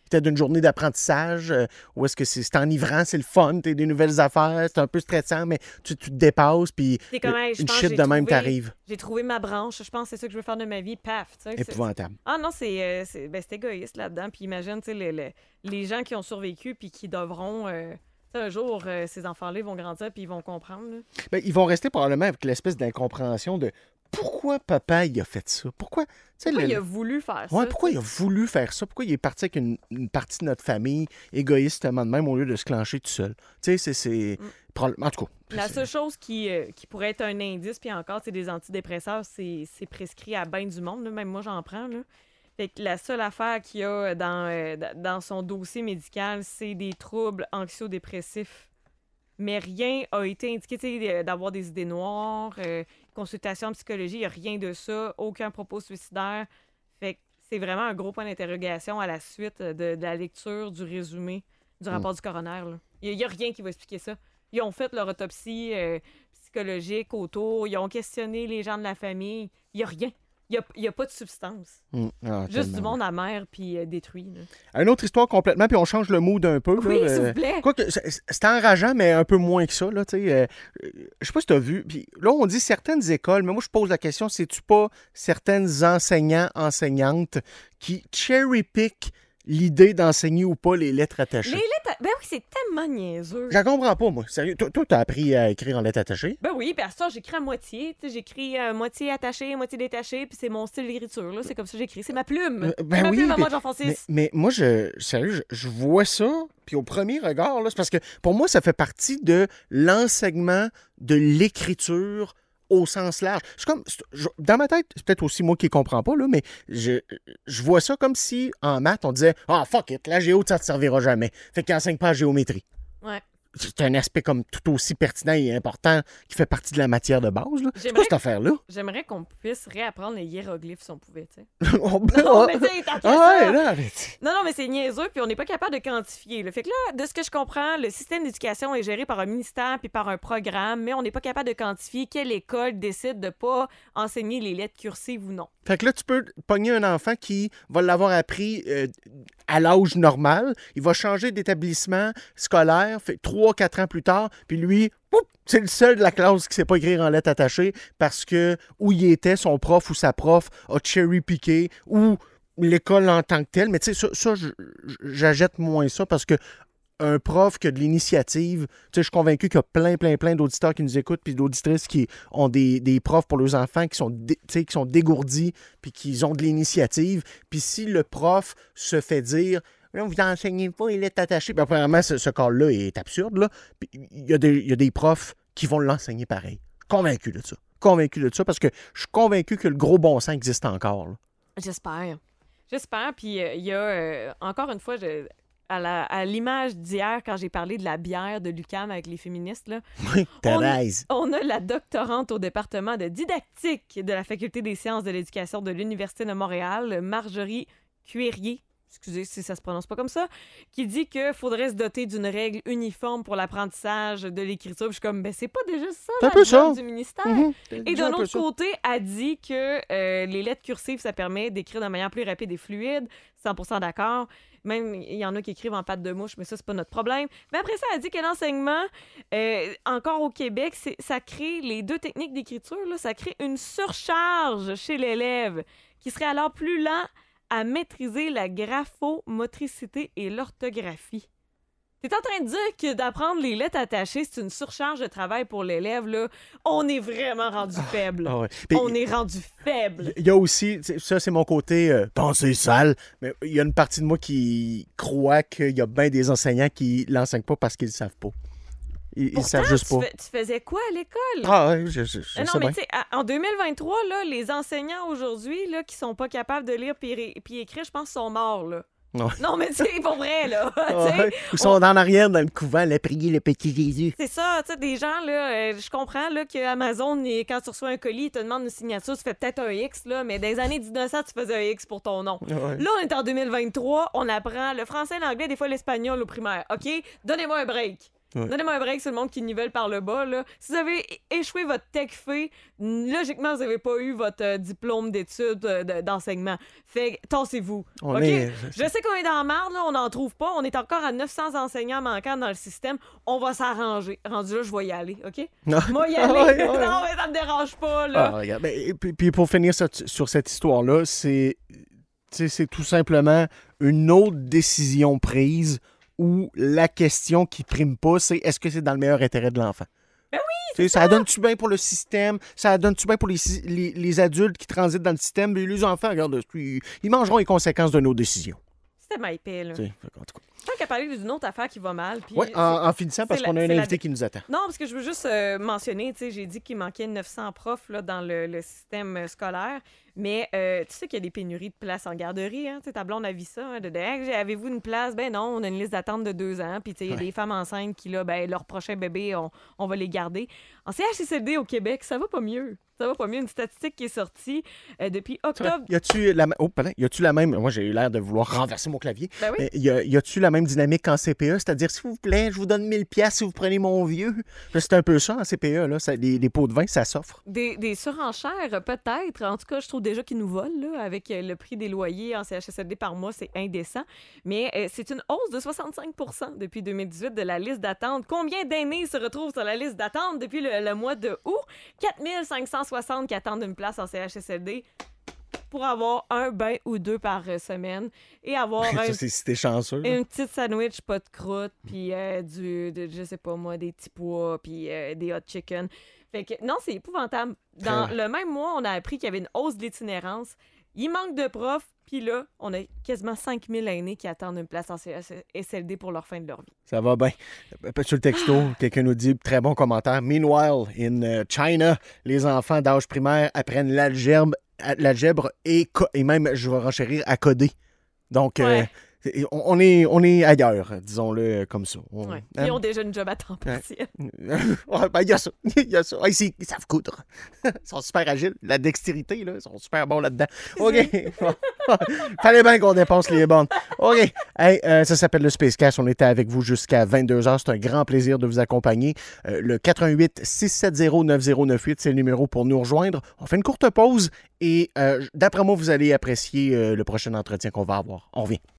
C'était d'une journée d'apprentissage euh, où est-ce que c'est, c'est enivrant, c'est le fun, t'as des nouvelles affaires, c'est un peu stressant, mais tu, tu te dépasses, puis C'est comme, hey, je une pense shit que de j'ai même trouvé- t'arrive. J'ai trouvé ma branche. Je pense que c'est ça que je veux faire de ma vie. Paf. tu sais, c'est- Épouvantable. Ah non, c'est euh, c'est- ben, c'est égoïste là-dedans. Puis imagine, tu sais, le- le- les gens qui ont survécu puis qui devront. euh, tu sais, un jour, euh, ces enfants-là ils vont grandir puis ils vont comprendre. là. Ben, ils vont rester probablement avec l'espèce d'incompréhension de pourquoi papa il a fait ça, pourquoi, tu sais, Pourquoi le- il a voulu faire Ouais, ça? pourquoi tu il a voulu faire ça? Pourquoi il est parti avec une, une partie de notre famille égoïstement de même au lieu de se clencher tout seul? Tu sais, c'est. c'est- probable- En tout cas, Mm. La seule chose qui, euh, qui pourrait être un indice, puis encore, c'est des antidépresseurs, c'est c'est prescrit à bien du monde. là. Même moi, j'en prends. Là. Fait que la seule affaire qu'il y a dans, euh, d- dans son dossier médical, c'est des troubles anxio-dépressifs. Mais rien a été indiqué tu sais, euh, d'avoir des idées noires, euh, consultation en psychologie, il n'y a rien de ça, aucun propos suicidaire. Fait que c'est vraiment un gros point d'interrogation à la suite euh, de, de la lecture du résumé du Mm. rapport du coroner. là. Il n'y a, rien qui va expliquer ça. Ils ont fait leur autopsie euh, psychologique autour, ils ont questionné les gens de la famille. Il n'y a rien. Il n'y a, il y a pas de substance. Mm. Ah, Juste tellement. du monde amer puis euh, détruit. là. Une autre histoire complètement, puis on change le mot d'un peu. Oui, là, s'il vous euh, plaît. Quoique, c'est c'est enrageant, mais un peu moins que ça. Là, tu sais, euh, euh, je sais pas si tu as vu. Puis là, on dit certaines écoles, mais moi, je pose la question c'est-tu pas certaines enseignants, enseignantes qui cherry-pick l'idée d'enseigner ou pas les lettres attachées Les lettres, Ben oui, c'est tellement niaiseux. Je la comprends pas, moi. Sérieux, toi, toi, t'as appris à écrire en lettres attachées. Ben oui, parce que j'écris à moitié. Tu sais, J'écris euh, moitié attaché, moitié détaché, puis c'est mon style d'écriture. là. C'est comme ça que j'écris. C'est ma plume. Euh, ma plume à mais, moi, Jean-Francis. mais- mais moi, je, sérieux, je, je vois ça, puis au premier regard, là, c'est parce que pour moi, ça fait partie de l'enseignement de l'écriture au sens large. C'est comme, c'est- je- dans ma tête, c'est peut-être aussi moi qui ne comprends pas, là, mais je, je vois ça comme si, en maths, on disait « Ah, fuck it, la géo, ça ne te servira jamais. Fait qu'il n'enseigne pas la géométrie. » Ouais. C'est un aspect comme tout aussi pertinent et important qui fait partie de la matière de base. là. C'est pas cette affaire-là. J'aimerais qu'on puisse réapprendre les hiéroglyphes si on pouvait, tu sais. On- Non, mais tu sais, tant qu'à Ah ça. ouais, là, mais tu- Non, non, mais c'est niaiseux, puis on n'est pas capable de quantifier. Là. Fait que là, de ce que je comprends, le système d'éducation est géré par un ministère puis par un programme, mais on n'est pas capable de quantifier quelle école décide de pas enseigner les lettres cursives ou non. Fait que là, tu peux pogner un enfant qui va l'avoir appris euh, à l'âge normal. Il va changer d'établissement scolaire fait, 3-4 ans plus tard. Puis lui, oup, c'est le seul de la classe qui sait pas écrire en lettres attachées parce que où il était, son prof ou sa prof a cherry-piqué ou l'école en tant que telle. Mais tu sais, ça, ça, je- je- j'ajette moins ça parce que un prof qui a de l'initiative. Tu sais, je suis convaincu qu'il y a plein, plein, plein d'auditeurs qui nous écoutent puis d'auditrices qui ont des, des profs pour leurs enfants qui sont, dé- tu sais, qui sont dégourdis puis qui ont de l'initiative. Puis si le prof se fait dire Là, vous enseignez pas, il est attaché. Ben, premièrement, ce, ce cas-là est absurde. Là. Puis Il, y a des, il y a des profs qui vont l'enseigner pareil. Convaincu de ça. Convaincu de ça parce que je suis convaincu que le gros bon sens existe encore. là. J'espère. J'espère. Puis euh, il y a, euh, encore une fois, je- à la- à l'image d'hier, quand j'ai parlé de la bière de Lucam avec les féministes, là, Thérèse. on a la doctorante au département de didactique de la Faculté des sciences de l'éducation de l'Université de Montréal, Marjorie Cuérier. Excusez si ça se prononce pas comme ça, qui dit que faudrait se doter d'une règle uniforme pour l'apprentissage de l'écriture. Puis Je suis comme, ben c'est pas déjà ça C'est un la peu job ça. du ministère. Mhm. Et C'est de un peu l'autre ça. côté, a dit que euh, les lettres cursives, ça permet d'écrire de manière plus rapide et fluide. 100% d'accord. Même, il y en a qui écrivent en patte de mouche, mais ça, c'est pas notre problème. Mais après ça, elle dit que l'enseignement, euh, encore au Québec, c'est- ça crée les deux techniques d'écriture, là, ça crée une surcharge chez l'élève qui serait alors plus lent à maîtriser la graphomotricité et l'orthographie. T'es en train de dire que d'apprendre les lettres attachées, c'est une surcharge de travail pour l'élève, là. On est vraiment rendu faible. ah ouais. Puis- On est rendu faible. Il y a aussi, tu sais, ça c'est mon côté euh, pensée sale, mais il y a une partie de moi qui croit qu'il y a bien des enseignants qui l'enseignent pas parce qu'ils le savent pas. Ils, ils le savent juste tu, pas. fais- tu faisais quoi à l'école? Ah ouais, je, je- je Ah non, sais mais bien. tu sais, à- en 2023, là, les enseignants aujourd'hui là, qui sont pas capables de lire puis ré- puis écrire, je pense, sont morts. Là. Ouais. Non, mais c'est pour vrai, là. Tu Ah sais, ouais. Ils sont en arrière dans le couvent, là, prier le petit Jésus. C'est ça, tu sais, des gens, là, euh, je comprends, là, que Amazon, il- quand tu reçois un colis, il te demande une signature, tu fais peut-être un X, là, mais dans les années 1900, tu faisais un X pour ton nom. Ouais. Là, on est en 2023, on apprend le français, l'anglais, des fois l'espagnol au primaire, OK? Donnez-moi un break. Ouais. Donnez-moi un break sur le monde qui nivelle par le bas, là. Si vous avez é- échoué votre tech fait, logiquement, vous n'avez pas eu votre euh, diplôme d'études euh, de- d'enseignement. Fait que, tassez-vous. On OK? est- euh, Je sais qu'on est dans la marde, là, on n'en trouve pas. On est encore à 900 enseignants manquants dans le système. On va s'arranger. Rendu là, je vais y aller, OK? Non. Moi, y Ah aller. ouais, ouais. non, mais ça me dérange pas, là. Ah, regarde. Ben, et puis, puis pour finir sur, sur cette histoire-là, c'est tu sais, c'est tout simplement une autre décision prise où la question qui prime pas, c'est est-ce que c'est dans le meilleur intérêt de l'enfant? Ben oui! Ça, donne-tu bien pour le système? Ça donne-tu bien pour les, si- les- les adultes qui transitent dans le système? Mais les enfants, regarde, ils, ils mangeront les conséquences de nos décisions. C'était ma épée, là. Tu sais, fait qu'en tout cas. Tant qu'à parler d'une autre affaire qui va mal. puis- Ouais, en, en finissant, parce c'est qu'on la- a un c'est la- invité qui nous attend. Non, parce que je veux juste euh, mentionner, tu sais, j'ai dit qu'il manquait 900 profs là, dans le, le système euh, scolaire, mais euh, tu sais qu'il y a des pénuries de places en garderie, hein, tu sais, ta blonde a vu ça, hein, de, de, Hey, avez-vous une place? Ben non, on a une liste d'attente de deux ans, puis tu sais, il y a Ouais. des femmes enceintes qui, là, ben, leur prochain bébé, on, on va les garder. En CHCD au Québec, ça va pas mieux. Ça va pas mieux. Une statistique qui est sortie euh, depuis octobre. Y a-tu la, ma- oh, pardon. Y a-tu la même. Moi, j'ai eu l'air de vouloir renverser mon clavier. Ben oui. Euh, Y, a- y a-tu la même dynamique qu'en CPE? E? C'est-à-dire, s'il vous plaît, je vous donne 1000 pièces si vous prenez mon vieux. Là, C'est un peu ça en CPE. Là. Ça- les, les pots de vin, ça s'offre. Des, des surenchères, euh, peut-être. En tout cas, je trouve déjà qu'ils nous volent là, avec euh, le prix des loyers en CHSLD par mois. C'est indécent. Mais euh, c'est une hausse de 65 depuis 2018 de la liste d'attente. Combien d'aînés se retrouvent sur la liste d'attente depuis le, le mois de août? 4560 qui attendent une place en CHSLD. pour avoir un bain ou deux par euh, semaine et avoir un, Ça, c'est si t'es chanceux. là. une petite sandwich, pas de croûte, puis euh, du, de- je sais pas moi, des petits pois, puis euh, des hot chicken. Fait que non, c'est épouvantable. Dans Très. le même mois, on a appris qu'il y avait une hausse de l'itinérance. Il manque de profs, puis là, on a quasiment 5000 aînés qui attendent une place en CHSLD pour leur fin de leur vie. Ça va bien. Euh, Sur le texto, Ah. quelqu'un nous dit très bon commentaire. Meanwhile, in euh, China, les enfants d'âge primaire apprennent l'algèbre, à- l'algèbre et, co- et même, je vais renchérir, à coder. Donc, euh, et on, on est, on est ailleurs, disons-le euh, comme ça. On- Ouais. Puis hein? Ils ont déjà une job à temps Ouais. partiel. Ouais, ben, il y a ça. Il y a ça. Ah, ici, ils savent coudre. Ils sont super agiles. La dextérité, là, ils sont super bons là-dedans. OK. Fallait bien qu'on dépense les bandes. OK. Hey, euh, ça s'appelle le Spacecast. On était avec vous jusqu'à 22h. C'est un grand plaisir de vous accompagner. Euh, le 88 670 9098, c'est le numéro pour nous rejoindre. On fait une courte pause et euh, d'après moi, vous allez apprécier euh, le prochain entretien qu'on va avoir. On revient.